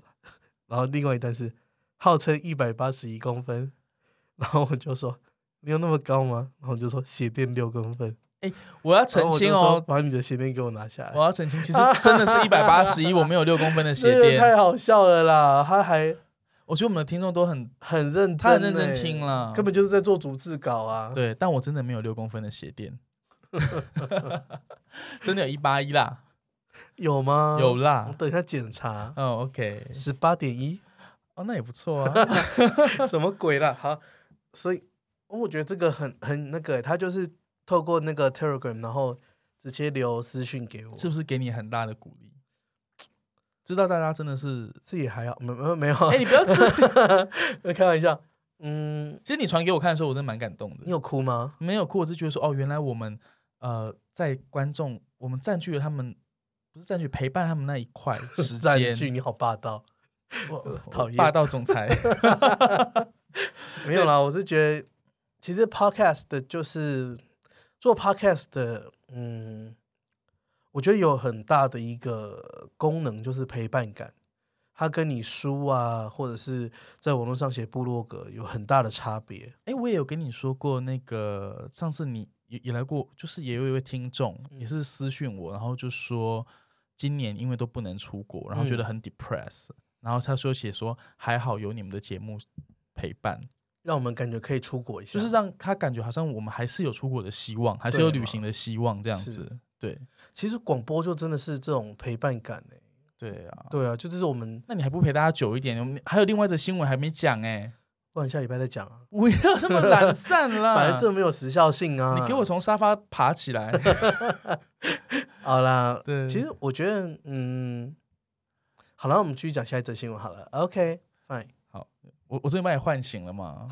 Speaker 1: 然后另外一段是号称一百八十一公分，然后我就说你有那么高吗？然后我就说鞋垫六公分，
Speaker 2: 我要
Speaker 1: 然
Speaker 2: 澄
Speaker 1: 后我就
Speaker 2: 清
Speaker 1: 说
Speaker 2: 哦，
Speaker 1: 把你的鞋垫给我拿下
Speaker 2: 我
Speaker 1: 来。
Speaker 2: 要澄清，其实真的是一百八十一，我没有六公分的鞋
Speaker 1: 这个
Speaker 2: 垫。
Speaker 1: 太好笑了啦！他还
Speaker 2: 我觉得我们的听众都很，
Speaker 1: 很认真、欸
Speaker 2: 他很认真听，了，
Speaker 1: 根本就是在做逐字稿啊。，
Speaker 2: 对，但我真的没有六公分的鞋垫， 真的有一八一啦，
Speaker 1: 有吗？
Speaker 2: 有
Speaker 1: 我
Speaker 2: 啦。
Speaker 1: 等一下检查。
Speaker 2: 哦，OK，
Speaker 1: 十八点一，
Speaker 2: 哦，那也不错啊。
Speaker 1: 什么鬼啦？好，所以哦我觉得这个很很那个，他就是透过那个 Telegram，然后直接留私讯给我，
Speaker 2: 是不是给你很大的鼓励？知道大家真的是，
Speaker 1: 自己还好，没没没有，
Speaker 2: 哎、你不要自，
Speaker 1: 开玩笑。嗯，
Speaker 2: 其实你传给我看的时候，我真的蛮感动的
Speaker 1: 你。有哭吗？
Speaker 2: 没有哭，我是觉得说，哦，原来我们呃，在观众，我们占据了他们，不是占据陪伴他们那一块 时
Speaker 1: 占
Speaker 2: 间，
Speaker 1: 据你好霸道，
Speaker 2: 我我
Speaker 1: 讨厌
Speaker 2: 霸道总裁。
Speaker 1: 没有啦，我是觉得其实 podcast 的就是做 podcast 的，嗯，我觉得有很大的一个功能就是陪伴感，它跟你书啊，或者是在网络上写部落格有很大的差别。
Speaker 2: 哎、我也有跟你说过，那个上次你也也来过，就是也有一位听众、也
Speaker 1: 嗯
Speaker 2: 是私讯我，然后就说今年因为都不能出国，然后觉
Speaker 1: 嗯
Speaker 2: 得很 depress，、然后他说写说还好有你们的节目陪伴，
Speaker 1: 让我们感觉可以出国一下，
Speaker 2: 就是让他感觉好像我们还是有出国的希望，还
Speaker 1: 啊
Speaker 2: 是
Speaker 1: 对
Speaker 2: 有旅
Speaker 1: 嘛
Speaker 2: 行的希望这样
Speaker 1: 是
Speaker 2: 子。对
Speaker 1: 其实广播就真的是这种陪伴感诶、
Speaker 2: 对啊，
Speaker 1: 对啊，就就是我们
Speaker 2: 那你还不陪大家久一点？我们还有另外一则新闻还没讲哎、
Speaker 1: 不然下礼拜再讲啊。
Speaker 2: 不要 这么懒散 啦！
Speaker 1: 反正这没有时效性啊。
Speaker 2: 啊你给我从沙发爬起来。
Speaker 1: 好啦。
Speaker 2: 对，
Speaker 1: 其实我觉得，嗯，好了，我们继续讲下一则新闻好了。OK，fine，turn、
Speaker 2: 我我终于把你唤醒了 嘛。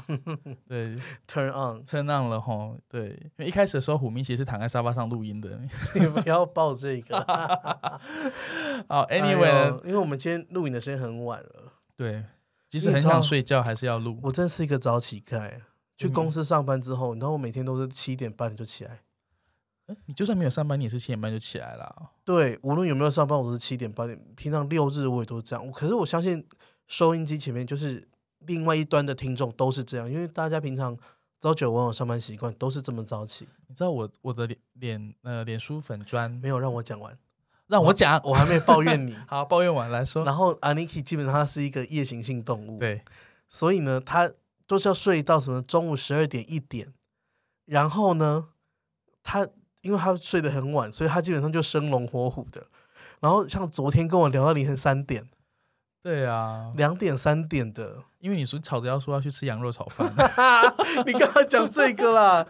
Speaker 2: 对
Speaker 1: on，
Speaker 2: ，turn on 了吼。对，因为一开始的时候虎明其实是躺在沙发上录音的。
Speaker 1: 你不要报这个。
Speaker 2: 好，anyway，、
Speaker 1: 哎呦因为我们今天录影的时间很晚了，
Speaker 2: 对，即
Speaker 1: 因
Speaker 2: 使
Speaker 1: 为
Speaker 2: 很
Speaker 1: 你知道
Speaker 2: 想睡觉，还是要录。
Speaker 1: 我真是一个早起盖。去
Speaker 2: 嗯
Speaker 1: 公司上班之后，你知道我每天都是七点半就起来。
Speaker 2: 诶你就算没有上班，你也是七点半就起来了。哦
Speaker 1: 对，无论有没有上班，我都是七点八点。平常六日我也都是这样。我可是我相信收音机前面就是另外一端的听众都是这样，因为大家平常朝九晚五上班习惯都是这么早起。
Speaker 2: 你知道我我的脸脸呃脸书粉砖
Speaker 1: 没有让我讲完，
Speaker 2: 让我讲，
Speaker 1: 我还没抱怨你。
Speaker 2: 好抱怨完 来说，
Speaker 1: 然后 Aniki 基本上它是一个夜行性动物，
Speaker 2: 对，
Speaker 1: 所以呢，它都是要睡到什么中午十二点一点，然后呢，他因为他睡得很晚，所以他基本上就生龙活虎的。然后像昨天跟我聊到凌晨三点、
Speaker 2: 对啊，
Speaker 1: 两点、三点的，
Speaker 2: 因为你说吵着要说要去吃羊肉炒饭，
Speaker 1: 你刚刚讲这个啦，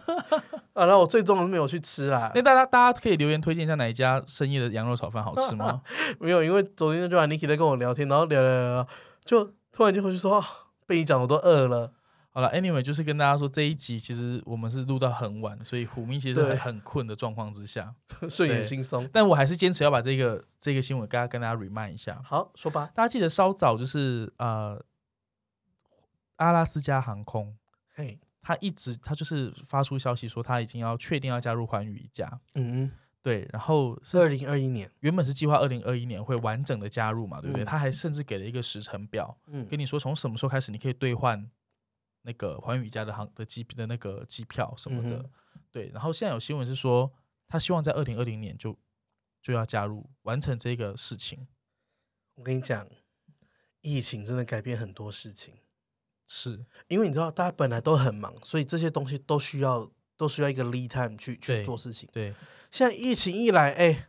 Speaker 1: 啊，然后我最终没有去吃啦
Speaker 2: 那，大家大家可以留言推荐一下哪一家深夜的羊肉炒饭好吃吗？
Speaker 1: 没有，因为昨天就晚 Niki 在跟我聊天，然后聊聊聊聊，就突然就回去说，啊被你讲得我都饿了，
Speaker 2: 好了，anyway，就是跟大家说这一集其实我们是录到很晚，所以虎明其实
Speaker 1: 对
Speaker 2: 还很困的状况之下，
Speaker 1: 睡眼
Speaker 2: 对
Speaker 1: 惺忪。
Speaker 2: 但我还是坚持要把这个这个新闻跟大家跟大家 remind 一下。
Speaker 1: 好，说吧，
Speaker 2: 大家记得稍早就是呃，阿拉斯加航空，
Speaker 1: 嘿，
Speaker 2: 它一直它就是发出消息说它已经要确定要加入环宇一家，
Speaker 1: 嗯，
Speaker 2: 对，然后
Speaker 1: 是二零二一年，
Speaker 2: 原本是计划二零二一年会完整的加入嘛，对不对？
Speaker 1: 嗯
Speaker 2: 它还甚至给了一个时程表，
Speaker 1: 嗯
Speaker 2: 跟你说从什么时候开始你可以兑换那个环宇一家的航的机的那个机票什么的，
Speaker 1: 嗯哼
Speaker 2: 对。然后现在有新闻是说，他希望在二零二零年就就要加入完成这个事情，
Speaker 1: 我跟你讲，疫情真的改变很多事情，
Speaker 2: 是
Speaker 1: 因为你知道大家本来都很忙，所以这些东西都需要都需要一个 lead time 去去
Speaker 2: 对
Speaker 1: 做事情。
Speaker 2: 对，
Speaker 1: 现在疫情一来，哎、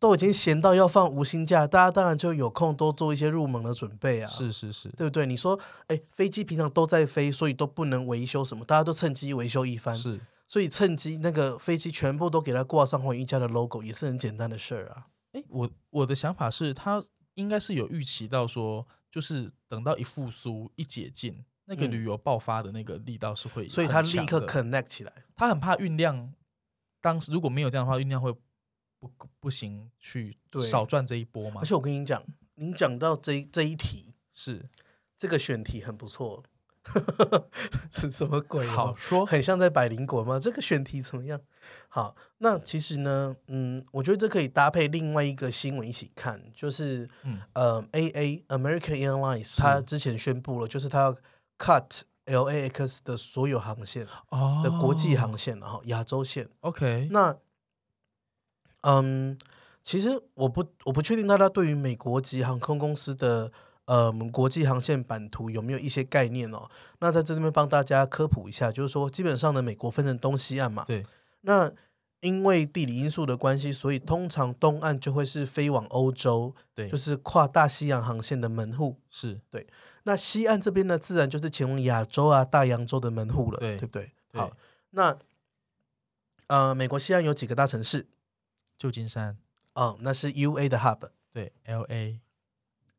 Speaker 1: 都已经闲到要放无薪假，大家当然就有空多做一些入门的准备啊，
Speaker 2: 是是是，
Speaker 1: 对不对？你说，哎、飞机平常都在飞，所以都不能维修什么，大家都趁机维修一番，
Speaker 2: 是
Speaker 1: 所以趁机那个飞机全部都给它挂上黄一家的 logo，也是很简单的事儿啊。
Speaker 2: 哎，我我的想法是，他应该是有预期到说，就是等到一复苏一解禁，那个
Speaker 1: 嗯
Speaker 2: 旅游爆发的那个力道是会很强的，
Speaker 1: 所以他立刻 connect 起来，
Speaker 2: 他很怕运量，当时如果没有这样的话，运量会不不行，去
Speaker 1: 对
Speaker 2: 少赚这一波嘛
Speaker 1: 而。且我跟你讲，您讲到这一这一题，
Speaker 2: 是，
Speaker 1: 这个选题很不错， 是什么鬼、啊
Speaker 2: 好，说，
Speaker 1: 很像在百灵果吗？这个选题怎么样？好，那其实呢，嗯，我觉得这可以搭配另外一个新闻一起看，就是
Speaker 2: 嗯，
Speaker 1: 呃，AA American Airlines 它之前宣布了，就是它要 cut LAX 的所有航线
Speaker 2: 哦，
Speaker 1: 的国际航线，然后亚洲线。
Speaker 2: ，OK，
Speaker 1: 那，嗯，其实我不我不确定大家对于美国籍航空公司的呃国际航线版图有没有一些概念哦。那在这边帮大家科普一下，就是说基本上呢，美国分成东西岸嘛，
Speaker 2: 对，
Speaker 1: 那因为地理因素的关系，所以通常东岸就会是飞往欧洲，
Speaker 2: 对，
Speaker 1: 就是是跨大西洋航线的门户。
Speaker 2: 是，
Speaker 1: 那西岸这边呢，自然就是前往亚洲啊、大洋洲的门户了，
Speaker 2: 对
Speaker 1: 不对？
Speaker 2: 对
Speaker 1: 好，那呃，美国西岸有几个大城市？
Speaker 2: 旧金山，
Speaker 1: 嗯，那是 U A 的 hub，L
Speaker 2: 对，L A，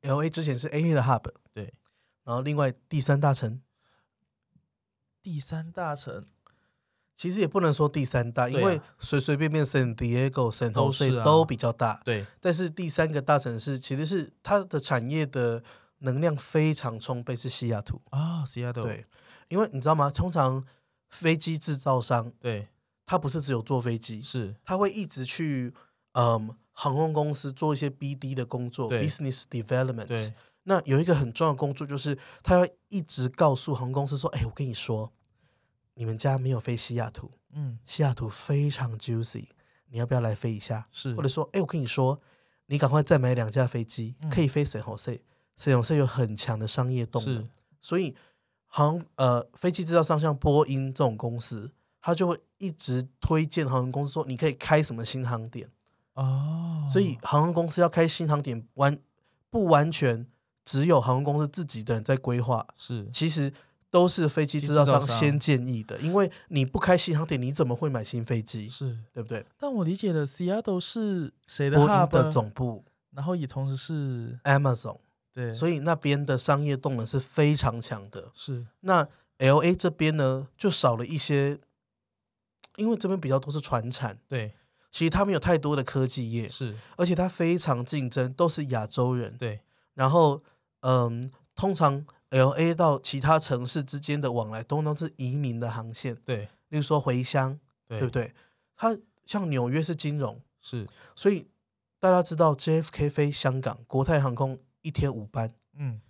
Speaker 1: A 之前是 A A 的 hub，
Speaker 2: 对，
Speaker 1: 然后另外第三大城，
Speaker 2: 第三大城
Speaker 1: 其实也不能说第三大，因
Speaker 2: 对啊
Speaker 1: 为随随便便 San Diego、San
Speaker 2: 都是
Speaker 1: Jose
Speaker 2: 啊
Speaker 1: 都比较大，
Speaker 2: 对，
Speaker 1: 但是第三个大城市其实是它的产业的能量非常充沛，是西雅图。
Speaker 2: 啊，Seattle，
Speaker 1: 对，因为你知道吗？通常飞机制造商
Speaker 2: 对，
Speaker 1: 它不是只有做飞机，
Speaker 2: 是，
Speaker 1: 它会一直去嗯航空公司做一些 BD 的工作
Speaker 2: 对
Speaker 1: ，business development。
Speaker 2: 对，
Speaker 1: 那有一个很重要的工作，就是他要一直告诉航空公司说：“哎，我跟你说，你们家没有飞西雅图，
Speaker 2: 嗯，
Speaker 1: 西雅图非常 juicy，你要不要来飞一下？”
Speaker 2: 是
Speaker 1: 或，者说：“哎，我跟你说，你赶快再买两架飞机，
Speaker 2: 嗯
Speaker 1: 可以飞 San Jose，San Jose 有很强的商业动能
Speaker 2: 是，，
Speaker 1: 所以航呃飞机制造商像波音这种公司，它就会一直推荐航空公司说，你可以开什么新航点。”
Speaker 2: 哦，
Speaker 1: 所以航空公司要开新航点，完不完全只有航空公司自己的人在规划，
Speaker 2: 是
Speaker 1: 其实都是飞机制造
Speaker 2: 机
Speaker 1: 商
Speaker 2: 制造商
Speaker 1: 先建议的。因为你不开新航点，你怎么会买新飞机？
Speaker 2: 是，
Speaker 1: 对不对？
Speaker 2: 但我理解的 Seattle 是谁的
Speaker 1: 波音
Speaker 2: hub
Speaker 1: 的总部
Speaker 2: 然后也同时是
Speaker 1: Amazon，
Speaker 2: 对，
Speaker 1: 所以那边的商业动能是非常强的。
Speaker 2: 是
Speaker 1: 那 L A 这边呢，就少了一些，因为这边比较多是船产，
Speaker 2: 对
Speaker 1: 其实它没有太多的科技业，
Speaker 2: 是，
Speaker 1: 而且它非常竞争，都是亚洲人。
Speaker 2: 对
Speaker 1: 然后嗯，通常 L A 到其他城市之间的往来，通常是移民的航线，
Speaker 2: 对
Speaker 1: 例如说回乡，
Speaker 2: 对，
Speaker 1: 对不对？它像纽约是金融，
Speaker 2: 是，
Speaker 1: 所以大家知道 JFK 飞香港，国泰航空一天五班，
Speaker 2: 嗯，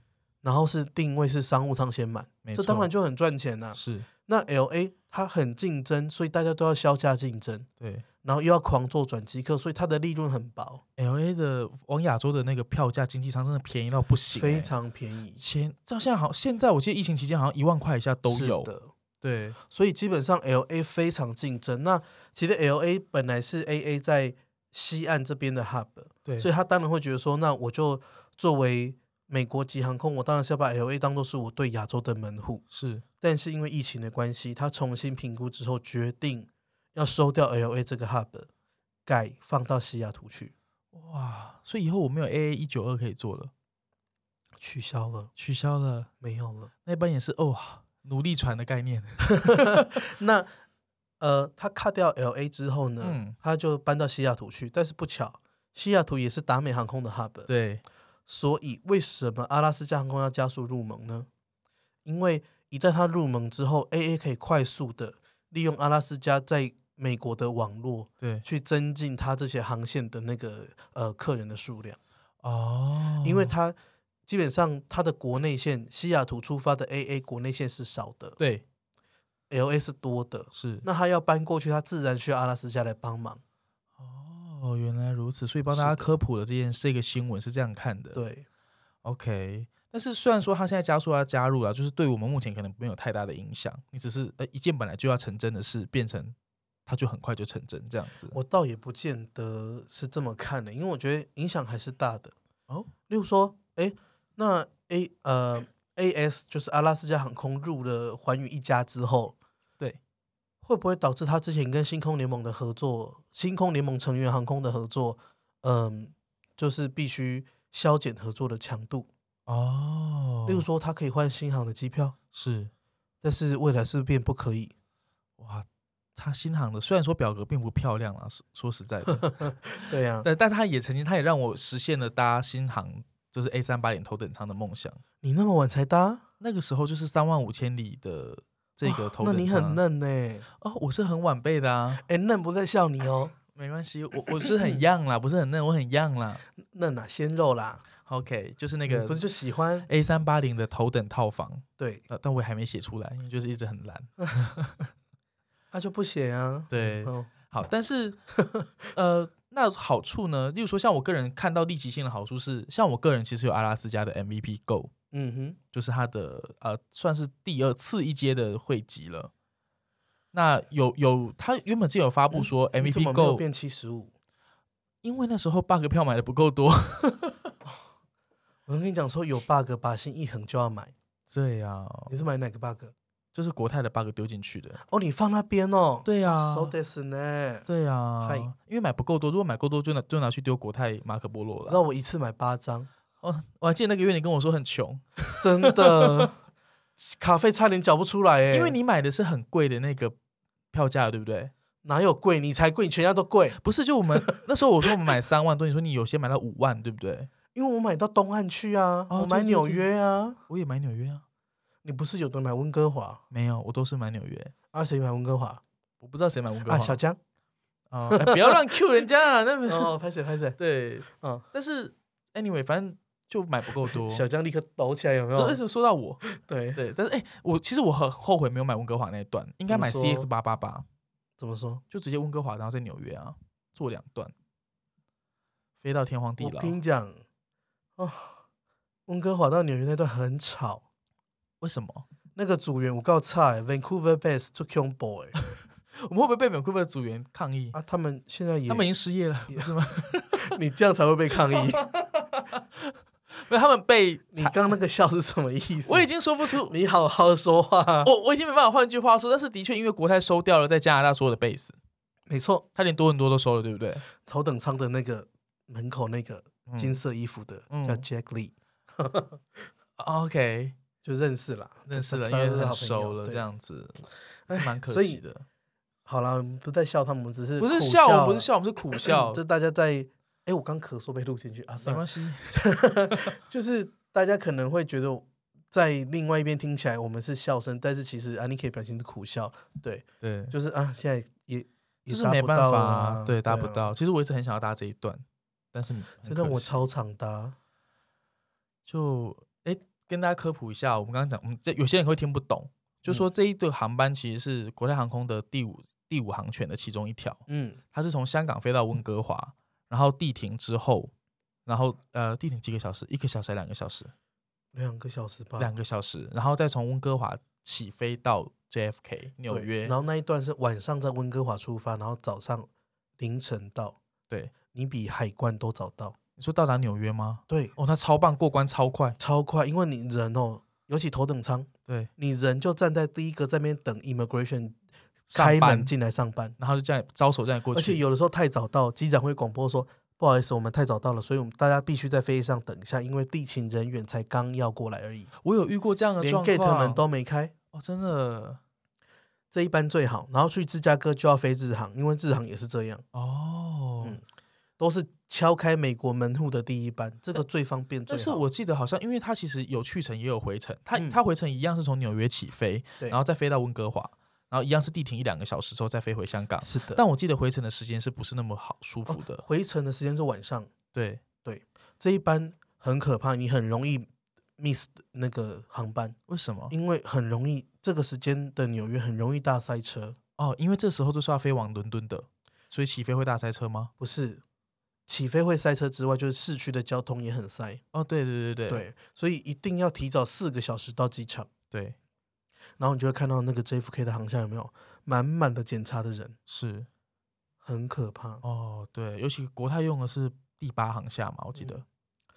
Speaker 1: 然后是定位是商务舱先满，
Speaker 2: 没
Speaker 1: 这
Speaker 2: 错，
Speaker 1: 当然就很赚钱呐、
Speaker 2: 是
Speaker 1: 那 L A 它很竞争，所以大家都要削价竞争，
Speaker 2: 对。
Speaker 1: 然后又要狂做转机客，所以它的利润很薄，
Speaker 2: L A 的往亚洲的那个票价，经济舱真的便宜到不行欸、
Speaker 1: 非常便宜，
Speaker 2: 前到现在好，现在我记得疫情期间好像一万块以下都
Speaker 1: 是
Speaker 2: 有，
Speaker 1: 的。
Speaker 2: 对
Speaker 1: 所以基本上 L A 非常竞争。那其实 L A 本来是 A A 在西岸这边的 hub，
Speaker 2: 对，
Speaker 1: 所以他当然会觉得说，那我就作为美国籍航空，我当然是要把 L A 当做是我对亚洲的门户。
Speaker 2: 是
Speaker 1: 但是因为疫情的关系，他重新评估之后决定要收掉 L A 这个 hub，改放到西雅图去，
Speaker 2: 哇，所以以后我没有 AA 一九二可以做了，
Speaker 1: 取消了，
Speaker 2: 取消了，
Speaker 1: 没有了。
Speaker 2: 那一班也是哦，奴隶船的概念，
Speaker 1: 那呃，他卡掉 L A 之后呢，
Speaker 2: 嗯
Speaker 1: 他就搬到西雅图去。但是不巧，西雅图也是达美航空的 hub，
Speaker 2: 对，
Speaker 1: 所以为什么阿拉斯加航空要加速入盟呢？因为一旦它入盟之后，AA 可以快速的利用阿拉斯加在美国的网络
Speaker 2: 对，
Speaker 1: 去增进它这些航线的那个呃客人的数量，
Speaker 2: 哦，
Speaker 1: 因为它基本上它的国内线西雅图出发的 AA 国内线是少的
Speaker 2: 对
Speaker 1: ，LA 是多的，
Speaker 2: 是
Speaker 1: 那它要搬过去，它自然需要阿拉斯加来帮忙。
Speaker 2: 哦，原来如此，所以帮大
Speaker 1: 是的
Speaker 2: 家科普了这件这个新闻是这样看的，
Speaker 1: 对，
Speaker 2: ，OK。但是虽然说他现在加速要加入了，就是对我们目前可能没有太大的影响，你只是呃一件本来就要成真的事变成，它就很快就成真这样子。
Speaker 1: 我倒也不见得是这么看的，因为我觉得影响还是大的。
Speaker 2: 哦，
Speaker 1: 例如说，哎，那 A 呃 AS 就是阿拉斯加航空入了寰宇一家之后，
Speaker 2: 对，
Speaker 1: 会不会导致他之前跟星空联盟的合作，星空联盟成员航空的合作，嗯、就是必须削减合作的强度？
Speaker 2: 哦，
Speaker 1: 例如说，它可以换新航的机票，
Speaker 2: 是
Speaker 1: 但是未来是不是变不可以？
Speaker 2: 哇，他新航的虽然说表格并不漂亮啊，说说实在的，
Speaker 1: 对呀、
Speaker 2: 但但是他也曾经，他也让我实现了搭新航就是 A 三八零头等舱的梦想。
Speaker 1: 你那么晚才搭，
Speaker 2: 那个时候就是三万五千里的这个
Speaker 1: 哇
Speaker 2: 头
Speaker 1: 哦那
Speaker 2: 等舱，
Speaker 1: 你很嫩呢、
Speaker 2: 哦，我是很晚辈的啊，
Speaker 1: 哎，嫩不在笑你哦，
Speaker 2: 没关系，我我 是很 young 啦，不是很嫩，我很 young 啦。
Speaker 1: 嫩啊，鲜肉啦，
Speaker 2: OK，就是那
Speaker 1: 那
Speaker 2: 个
Speaker 1: 不是就喜欢
Speaker 2: A 三八零的头等套房，
Speaker 1: 对，
Speaker 2: 呃，但我也还没写出来，因为就是一直很懒。
Speaker 1: 那、就不写啊，
Speaker 2: 对，
Speaker 1: 哦，
Speaker 2: 好，但是呃，那好处呢？例如说，像我个人看到立即性的好处是，像我个人其实有阿拉斯加的 MVP Go，
Speaker 1: 嗯哼。
Speaker 2: 就是它的呃，算是第二次一阶的汇集了。那有有，它原本是有发布说
Speaker 1: 嗯你怎
Speaker 2: MVP
Speaker 1: 么没有
Speaker 2: Go，、
Speaker 1: 变七十五？
Speaker 2: 因为那时候 bug 票买的不够 多。
Speaker 1: 我跟你讲说有 bug，把心一横就要买。
Speaker 2: 对呀、
Speaker 1: 你是买哪个 bug？
Speaker 2: 就是国泰的 bug 丢进去的。
Speaker 1: 哦，你放那边哦。
Speaker 2: 对啊呀、
Speaker 1: ，so this 呢？
Speaker 2: 对呀、
Speaker 1: 嗨
Speaker 2: 因为买不够多，如果买够多就拿就拿去丢国泰马可波罗
Speaker 1: 你知道
Speaker 2: 了。
Speaker 1: 我一次买八张，
Speaker 2: 哦，我还记得那个月你跟我说很穷，
Speaker 1: 真的， 卡费差点缴不出来哎。
Speaker 2: 因为你买的是很贵的那个票价，对不对？
Speaker 1: 哪有贵，你才贵，你全家都贵。
Speaker 2: 不是，就我们那时候我说我们买三万多，你说你有些买到五万，对不对？
Speaker 1: 因为我买到东岸去啊，我
Speaker 2: 哦
Speaker 1: 买
Speaker 2: 对对
Speaker 1: 纽
Speaker 2: 对
Speaker 1: 约啊。
Speaker 2: 我也买纽约啊，
Speaker 1: 你不是有的买温哥华，
Speaker 2: 没有，我都是买纽约。
Speaker 1: 啊谁买温哥华？
Speaker 2: 我不知道谁买温哥
Speaker 1: 啊
Speaker 2: 华
Speaker 1: 小 江。
Speaker 2: 哦哎不要乱 Q 人家啊！那么、
Speaker 1: 哦，拍谁拍谁？
Speaker 2: 对，
Speaker 1: 嗯
Speaker 2: 但是 anyway，反正就买不够 多。
Speaker 1: 小江立刻抖起来，有没有
Speaker 2: 而？且说到我，
Speaker 1: 对，
Speaker 2: 对，但是哎、我其实我很后悔没有买温哥华那一段，应该买
Speaker 1: 怎么
Speaker 2: CX
Speaker 1: 说
Speaker 2: 八八八，
Speaker 1: 怎么说？
Speaker 2: 就直接温哥华，然后在纽约啊，做两段，飞到天荒地
Speaker 1: 我
Speaker 2: 老。
Speaker 1: 跟你讲，哦，温哥华到纽约那段很吵。
Speaker 2: 为什么？
Speaker 1: 那个组员我告差、欸、，Vancouver Bass 做 k u n Boy
Speaker 2: 我们会不会被 Vancouver 的组员抗议？
Speaker 1: 啊，他们现在也，
Speaker 2: 他们已经失业了，不是吗？
Speaker 1: 你这样才会被抗 议。
Speaker 2: 没有，他们被
Speaker 1: 你
Speaker 2: 裁
Speaker 1: 刚那个笑是什么意思？
Speaker 2: 我已经说不出，
Speaker 1: 你好好说话。
Speaker 2: 我我已经没办法换句话说，但是的确因为国泰收掉了在加拿大所有的 base，
Speaker 1: 没错，
Speaker 2: 他连多伦多都收了，对不对？
Speaker 1: 头等舱的那个门口那个
Speaker 2: 嗯
Speaker 1: 金色衣服的、
Speaker 2: 嗯
Speaker 1: 叫 Jack Lee，啊
Speaker 2: OK，
Speaker 1: 就认识啦，
Speaker 2: 认识了，因
Speaker 1: 大家
Speaker 2: 为
Speaker 1: 都是
Speaker 2: 很
Speaker 1: 好朋友
Speaker 2: 熟了，
Speaker 1: 对哎
Speaker 2: 这样子是蛮可
Speaker 1: 所以
Speaker 2: 惜的。
Speaker 1: 好啦，我们不在笑他们，我们只是
Speaker 2: 不是
Speaker 1: 苦
Speaker 2: 笑，我们不
Speaker 1: 啦
Speaker 2: 是，笑，我们是 苦笑
Speaker 1: 就，大家在。哎，我刚咳嗽被录进去啊，
Speaker 2: 没
Speaker 1: 算了
Speaker 2: 关，系。
Speaker 1: 就是大家可能会觉得在另外一边听起来我们是笑声，但是其实啊 Aniki 表情是苦笑，对，
Speaker 2: 对，
Speaker 1: 就是啊，现在也也
Speaker 2: 就是
Speaker 1: 达
Speaker 2: 没
Speaker 1: 不
Speaker 2: 办
Speaker 1: 到
Speaker 2: 法
Speaker 1: 了
Speaker 2: 啊，
Speaker 1: 啊
Speaker 2: 对，搭不
Speaker 1: 啊
Speaker 2: 到。其实我一直很想要搭这一段，但是
Speaker 1: 这
Speaker 2: 很
Speaker 1: 段
Speaker 2: 可
Speaker 1: 我
Speaker 2: 惜
Speaker 1: 超常搭，
Speaker 2: 就哎跟大家科普一下，我们刚刚讲，我们这有些人会听不懂，
Speaker 1: 嗯
Speaker 2: 就说这一对航班其实是国泰航空的第五第五航权的其中一条，
Speaker 1: 嗯，
Speaker 2: 它是从香港飞到温哥华，然后地停之后。然后，呃，地停几个小时？一个小时还是两个小时？
Speaker 1: 两个小时吧，
Speaker 2: 两个小时，然后再从温哥华起飞到 JFK 纽
Speaker 1: 对
Speaker 2: 约
Speaker 1: 然，后那一段是晚上在温哥华出发，然后早上凌晨到，
Speaker 2: 对
Speaker 1: 你比海关都早到，
Speaker 2: 你说到达纽约吗？
Speaker 1: 对，
Speaker 2: 哦，他超棒，过关超快，
Speaker 1: 超快，因为你人哦，尤其头等舱，
Speaker 2: 对，
Speaker 1: 你人就站在第一个在那边等 immigration
Speaker 2: 上
Speaker 1: 开门
Speaker 2: 班
Speaker 1: 进来上班，
Speaker 2: 然后就这样招手这样过
Speaker 1: 而且
Speaker 2: 去，
Speaker 1: 有的时候太早到，机长会广播说。不好意思，我们太早到了，所以我们大家必须在飞机上等一下，因为地勤人员才刚要过来而已，
Speaker 2: 我有遇过这样的
Speaker 1: 连
Speaker 2: 状
Speaker 1: gate 门
Speaker 2: 况，
Speaker 1: 都没开。
Speaker 2: 哦，真的
Speaker 1: 这一班最好，然后去芝加哥就要飞日航，因为日航也是这样，
Speaker 2: 哦。
Speaker 1: 嗯都是敲开美国门户的第一班，这个最方便最
Speaker 2: 但
Speaker 1: 好。
Speaker 2: 是我记得好像，因为它其实有去程也有回程，它
Speaker 1: 嗯
Speaker 2: 它回程一样是从纽约起飞，
Speaker 1: 对
Speaker 2: 然后再飞到温哥华，然后一样是地停一两个小时之后再飞回香港。
Speaker 1: 是哦的，
Speaker 2: 但我记得回程的时间是不是那么好舒服的？
Speaker 1: 回程的时间是晚上，
Speaker 2: 对，
Speaker 1: 这一班很可怕，你很容易 miss 那个航班，
Speaker 2: 为什么？
Speaker 1: 因为很容易这个时间的纽约很容易大塞车，
Speaker 2: 哦，因为这时候就是要飞往伦敦的，所以起飞会大塞车吗？
Speaker 1: 不是起飞会塞车之外，就是市区的交通也很塞，
Speaker 2: 哦，对对对对
Speaker 1: 对，所以一定要提早四个小时到机场，
Speaker 2: 对，
Speaker 1: 然后你就会看到那个 JFK 的航向有没有满满的检查的人，
Speaker 2: 是
Speaker 1: 很可怕。
Speaker 2: 哦，对，尤其国泰用的是第八航厦嘛，我记得，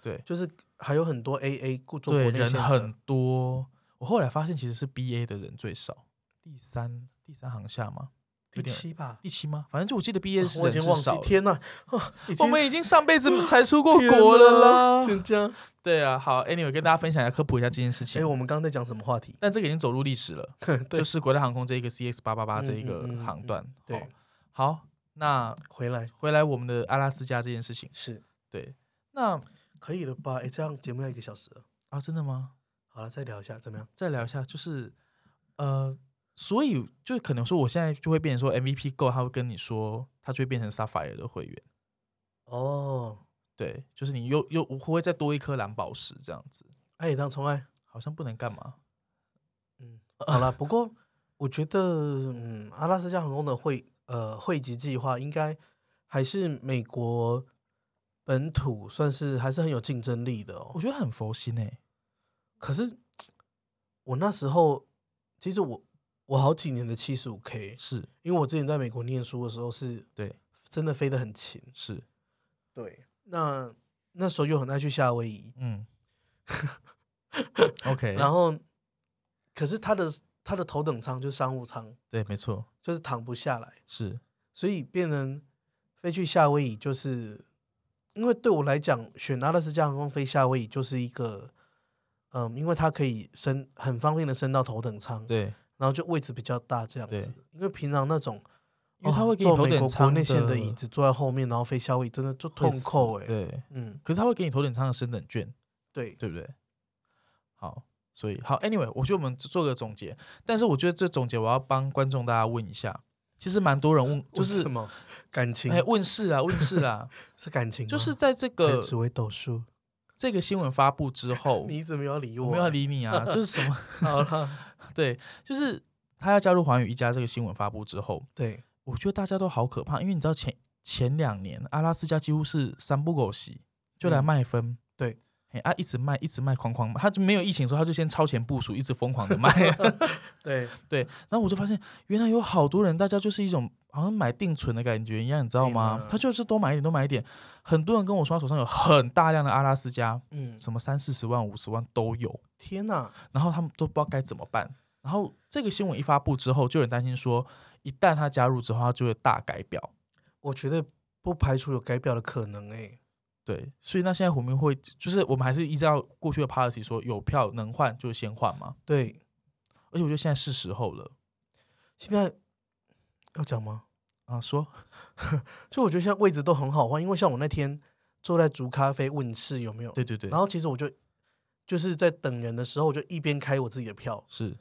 Speaker 2: 对
Speaker 1: 就是还有很多 AA 故中
Speaker 2: 对，
Speaker 1: 国内
Speaker 2: 人
Speaker 1: 线的
Speaker 2: 很多。我后来发现其实是 B A 的人最少，第三第三航厦吗？
Speaker 1: 第
Speaker 2: 有点
Speaker 1: 七吧，
Speaker 2: 第七吗？反正就我记得 B A 是
Speaker 1: 啊我已
Speaker 2: 啊人
Speaker 1: 经
Speaker 2: 是
Speaker 1: 忘记
Speaker 2: 少的。
Speaker 1: 天呐、啊，已
Speaker 2: 我
Speaker 1: 经
Speaker 2: 们已经上辈子才出过
Speaker 1: 天
Speaker 2: 国
Speaker 1: 哪
Speaker 2: 了啦。
Speaker 1: 就这 样。
Speaker 2: 对啊，好，Anyway，跟大家分享一下科普一下这件事
Speaker 1: 哎、
Speaker 2: 情。
Speaker 1: 我们刚刚在讲什么话题？
Speaker 2: 但这个已经走入历史了。
Speaker 1: 对，
Speaker 2: 就是国泰航空这一个 CX 八八八这一
Speaker 1: 嗯
Speaker 2: 个
Speaker 1: 嗯嗯
Speaker 2: 航
Speaker 1: 嗯
Speaker 2: 段。
Speaker 1: 对
Speaker 2: 哦，好，那
Speaker 1: 回来
Speaker 2: 回来我们的阿拉斯加这件事情，
Speaker 1: 是
Speaker 2: 对，那
Speaker 1: 可以了吧？哎、这样节目要一个小时了，
Speaker 2: 啊，真的吗？
Speaker 1: 好了，再聊一下怎么样？
Speaker 2: 再聊一下，就是呃，所以就可能说，我现在就会变成说 MVP Go，他会跟你说，他就会变成 Sapphire 的会员，
Speaker 1: 哦，
Speaker 2: 对，就是你又又我会再多一颗蓝宝石这样子，
Speaker 1: 爱哎也当宠爱，
Speaker 2: 好像不能干嘛？
Speaker 1: 嗯，好了。不过我觉得，嗯，阿拉斯加航空的汇呃汇集计划应该还是美国本土算是还是很有竞争力的哦
Speaker 2: 我。觉得很佛心欸诶、
Speaker 1: 可是我那时候，其实我我好几年的七十五 K，
Speaker 2: 是
Speaker 1: 因为我之前在美国念书的时候是
Speaker 2: 对，
Speaker 1: 真的飞得很勤。
Speaker 2: 是，
Speaker 1: 对，那那时候又很爱去夏威夷，
Speaker 2: 嗯，OK，
Speaker 1: 然后可是他的他的头等舱就是商务舱，
Speaker 2: 对，没错，
Speaker 1: 就是躺不下来，
Speaker 2: 是
Speaker 1: 所以变成飞去夏威夷就是。因为对我来讲，选阿拉斯加航空飞夏威夷就是一个，嗯，因为它可以升很方便的升到头等舱，
Speaker 2: 对。
Speaker 1: 然后就位置比较大这样
Speaker 2: 对
Speaker 1: 子。因为平常那种，
Speaker 2: 因为他
Speaker 1: 哦
Speaker 2: 会给你
Speaker 1: 坐
Speaker 2: 头
Speaker 1: 美
Speaker 2: 等
Speaker 1: 国
Speaker 2: 舱
Speaker 1: 国内线
Speaker 2: 的
Speaker 1: 的椅子坐在后面，然后飞夏威夷真的就痛扣哎、
Speaker 2: 对，
Speaker 1: 嗯，
Speaker 2: 可是他会给你头等舱的升等券，
Speaker 1: 对，
Speaker 2: 对不对？好，所以好，anyway，我觉得我们做个总结，但是我觉得这总结我要帮观众大家问一下，其实蛮多人问，就
Speaker 1: 为
Speaker 2: 是
Speaker 1: 什么感情、
Speaker 2: 哎问世啊，问世 啊，
Speaker 1: 是感情吗，
Speaker 2: 就是在这
Speaker 1: 还是
Speaker 2: 个
Speaker 1: 紫微斗数。
Speaker 2: 这个新闻发布之后，
Speaker 1: 你怎么要理
Speaker 2: 我
Speaker 1: 我？
Speaker 2: 没有要理 你啊，就是什么
Speaker 1: 好了，
Speaker 2: 对，就是他要加入环宇一家这个新闻发布之后，
Speaker 1: 对，
Speaker 2: 我觉得大家都好可怕，因为你知道前前两年阿拉斯加几乎是三不狗席就来
Speaker 1: 嗯
Speaker 2: 卖分，
Speaker 1: 对
Speaker 2: 嘿，啊一直卖一直卖狂狂卖，他就没有疫情的时候他就先超前部署，一直疯狂 的卖，
Speaker 1: 对，
Speaker 2: 对，然后我就发现原来有好多人，大家就是一种好像买定存的感觉一样，你知道
Speaker 1: 对啊
Speaker 2: 吗
Speaker 1: 嘛？
Speaker 2: 他就是多买一点多买一点，很多人跟我说他手上有很大量的阿拉斯加，
Speaker 1: 嗯，
Speaker 2: 什么三四十万五十万都有，
Speaker 1: 天哪，
Speaker 2: 然后他们都不知道该怎么办。然后这个新闻一发布之后，就有人担心说，一旦他加入之后，他就会大改表。
Speaker 1: 我觉得不排除有改表的可能哎、
Speaker 2: 对，所以那现在我们会就是我们还是依照过去的 policy 说，有票能换就先换嘛。
Speaker 1: 对，
Speaker 2: 而且我觉得现在是时候了
Speaker 1: 现在要讲吗？
Speaker 2: 啊，说
Speaker 1: 就我觉得现在位置都很好换，因为像我那天坐在竹咖啡问世有没有？
Speaker 2: 对对对
Speaker 1: 然，后其实我就就是在等人的时候，我就一边开我自己的票，
Speaker 2: 是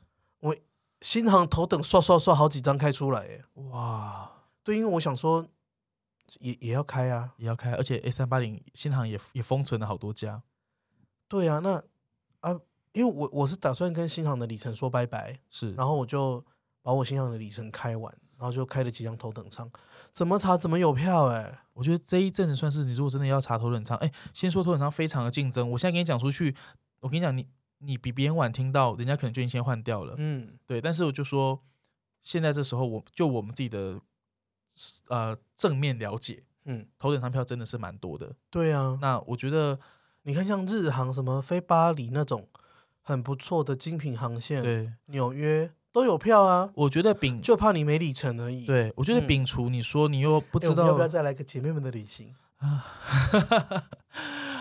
Speaker 1: 新航头等刷刷刷好几张开出来，哎，
Speaker 2: 哇，
Speaker 1: 对，因为我想说也也要开啊，
Speaker 2: 也要开，而且 A 三八零新航也也封存了好多家，
Speaker 1: 对啊，那啊，因为我我是打算跟新航的里程说拜拜，
Speaker 2: 是
Speaker 1: 然后我就把我新航的里程开完，然后就开了几张头等舱，怎么查怎么有票，哎，
Speaker 2: 我觉得这一阵子算是你如果真的要查头等舱，哎，先说头等舱非常的竞争，我现在跟你讲出去，我跟你讲你。你比别人晚听到，人家可能就已经先换掉了。
Speaker 1: 嗯
Speaker 2: 对，但是我就说，现在这时候我就我们自己的呃正面了解，
Speaker 1: 嗯，
Speaker 2: 头等舱票真的是蛮多的。
Speaker 1: 对啊，
Speaker 2: 那我觉得
Speaker 1: 你看像日航什么飞巴黎那种很不错的精品航线，
Speaker 2: 对，
Speaker 1: 纽约都有票啊，
Speaker 2: 我觉得丙
Speaker 1: 就怕你没里程而已。
Speaker 2: 对，我觉得
Speaker 1: 嗯
Speaker 2: 摒除你说你又不
Speaker 1: 哎，
Speaker 2: 知
Speaker 1: 我们
Speaker 2: 道，
Speaker 1: 要不要再来个姐妹们的旅行？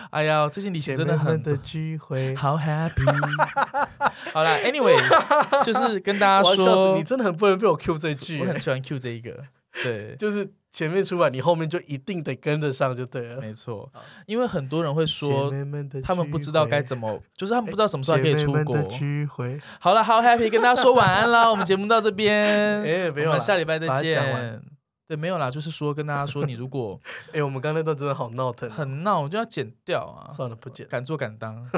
Speaker 2: 哎呀，最近旅行
Speaker 1: 姐
Speaker 2: 真
Speaker 1: 妹
Speaker 2: 的很
Speaker 1: 们的聚会，
Speaker 2: 好 happy。好 啦 a n y w a y 就是跟大
Speaker 1: 我
Speaker 2: 家
Speaker 1: 要笑死
Speaker 2: 说，
Speaker 1: 你，真的很不能被我 Q 这句
Speaker 2: 我
Speaker 1: 欸，
Speaker 2: 很喜欢 Q 这一个，对，
Speaker 1: 就是前面出版，你后面就一定得跟得上就对了。
Speaker 2: 没错
Speaker 1: 好，
Speaker 2: 因为很多人会说
Speaker 1: 姐。妹们的哎
Speaker 2: 他们不知道该怎么，就是他们不知道什么
Speaker 1: 么
Speaker 2: 时候可以出国。
Speaker 1: 聚会，
Speaker 2: 好了，好 happy，跟大家说晚安啦。我们节目到这边，
Speaker 1: 哎没有
Speaker 2: 我
Speaker 1: 啦
Speaker 2: 们下礼拜
Speaker 1: 把
Speaker 2: 再
Speaker 1: 它讲完
Speaker 2: 见。对，没有啦，就是说跟大家说，你如果
Speaker 1: 哎、我们刚刚那段真的好闹腾，
Speaker 2: 很闹，我就要剪掉啊。
Speaker 1: 算了，不剪。
Speaker 2: 敢做敢当，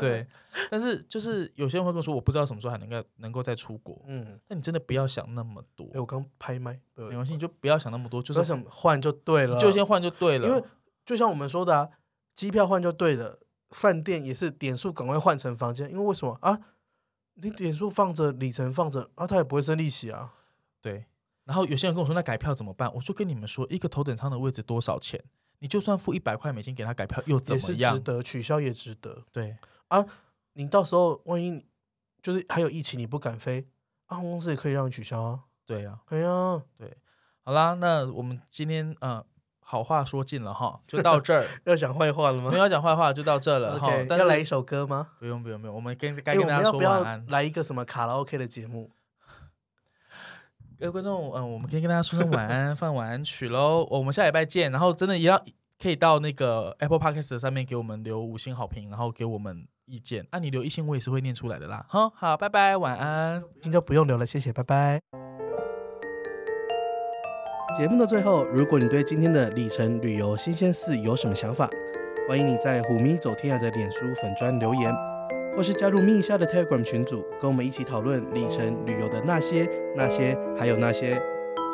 Speaker 2: 对。但是就是有些人会跟我说，我不知道什么时候还能够能够再出国。
Speaker 1: 嗯，
Speaker 2: 那你真的不要想那么多
Speaker 1: 哎、，我刚拍麦，对
Speaker 2: 没关系，你就不要想那么多，就
Speaker 1: 不要
Speaker 2: 是
Speaker 1: 想换就对了，
Speaker 2: 就先换就对了。
Speaker 1: 因为就像我们说的啊，机票换就对了，饭店也是点数赶快换成房间，因为为什么啊？你点数放着，里程放着，啊，它也不会生利息啊。
Speaker 2: 对。然后有些人跟我说，那改票怎么办？我就跟你们说，一个头等舱的位置多少钱？你就算付一百块美金给他改票又怎
Speaker 1: 也
Speaker 2: 么
Speaker 1: 是值
Speaker 2: 样？
Speaker 1: 得取消，也值得。
Speaker 2: 对，
Speaker 1: 你到时候万一你就是还有疫情，你不敢飞，啊，航空公司也可以让你取消啊。
Speaker 2: 对呀、
Speaker 1: 哎呀，
Speaker 2: 好啦，那我们今天呃，好话说尽了哈，就 到这儿，
Speaker 1: 要讲坏话了吗
Speaker 2: 没有要讲坏话就到这了哈。
Speaker 1: ？OK，
Speaker 2: 但
Speaker 1: 要来一
Speaker 2: 是
Speaker 1: 首歌吗？
Speaker 2: 不用不用不用，我们跟
Speaker 1: 哎
Speaker 2: 该跟
Speaker 1: 我
Speaker 2: 大
Speaker 1: 们
Speaker 2: 家
Speaker 1: 要
Speaker 2: 说
Speaker 1: 不
Speaker 2: 晚
Speaker 1: 要
Speaker 2: 安。
Speaker 1: 来一个什么卡拉 OK 的节目？
Speaker 2: 各位观众，嗯、我们可以跟大家说声晚安，放晚安曲喽。 我们下礼拜见，然后真的也要可以到那个 Apple Podcast 上面给我们留五星好评，然后给我们意见。啊，你留一星我也是会念出来的啦。好，好，拜拜，晚安。
Speaker 1: 今天就不用留了，谢谢，拜拜。节目的最后，如果你对今天的里程旅游新鲜事有什么想法，欢迎你在虎咪走天涯的脸书粉砖留言，或是加入咪下的 Telegram 群组，跟我们一起讨论里程旅游的那些、那些，还有那些。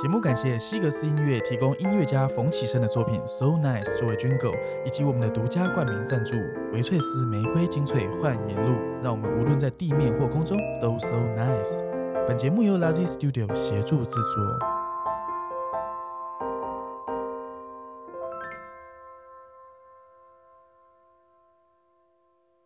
Speaker 2: 节目感谢西格斯音乐提供音乐家冯启生的作品《So Nice》作为 Jingle，以及我们的独家冠名赞助维翠斯玫瑰精粹焕颜露，让我们无论在地面或空中都 So Nice。本节目由 Lazy Studio 协助制作。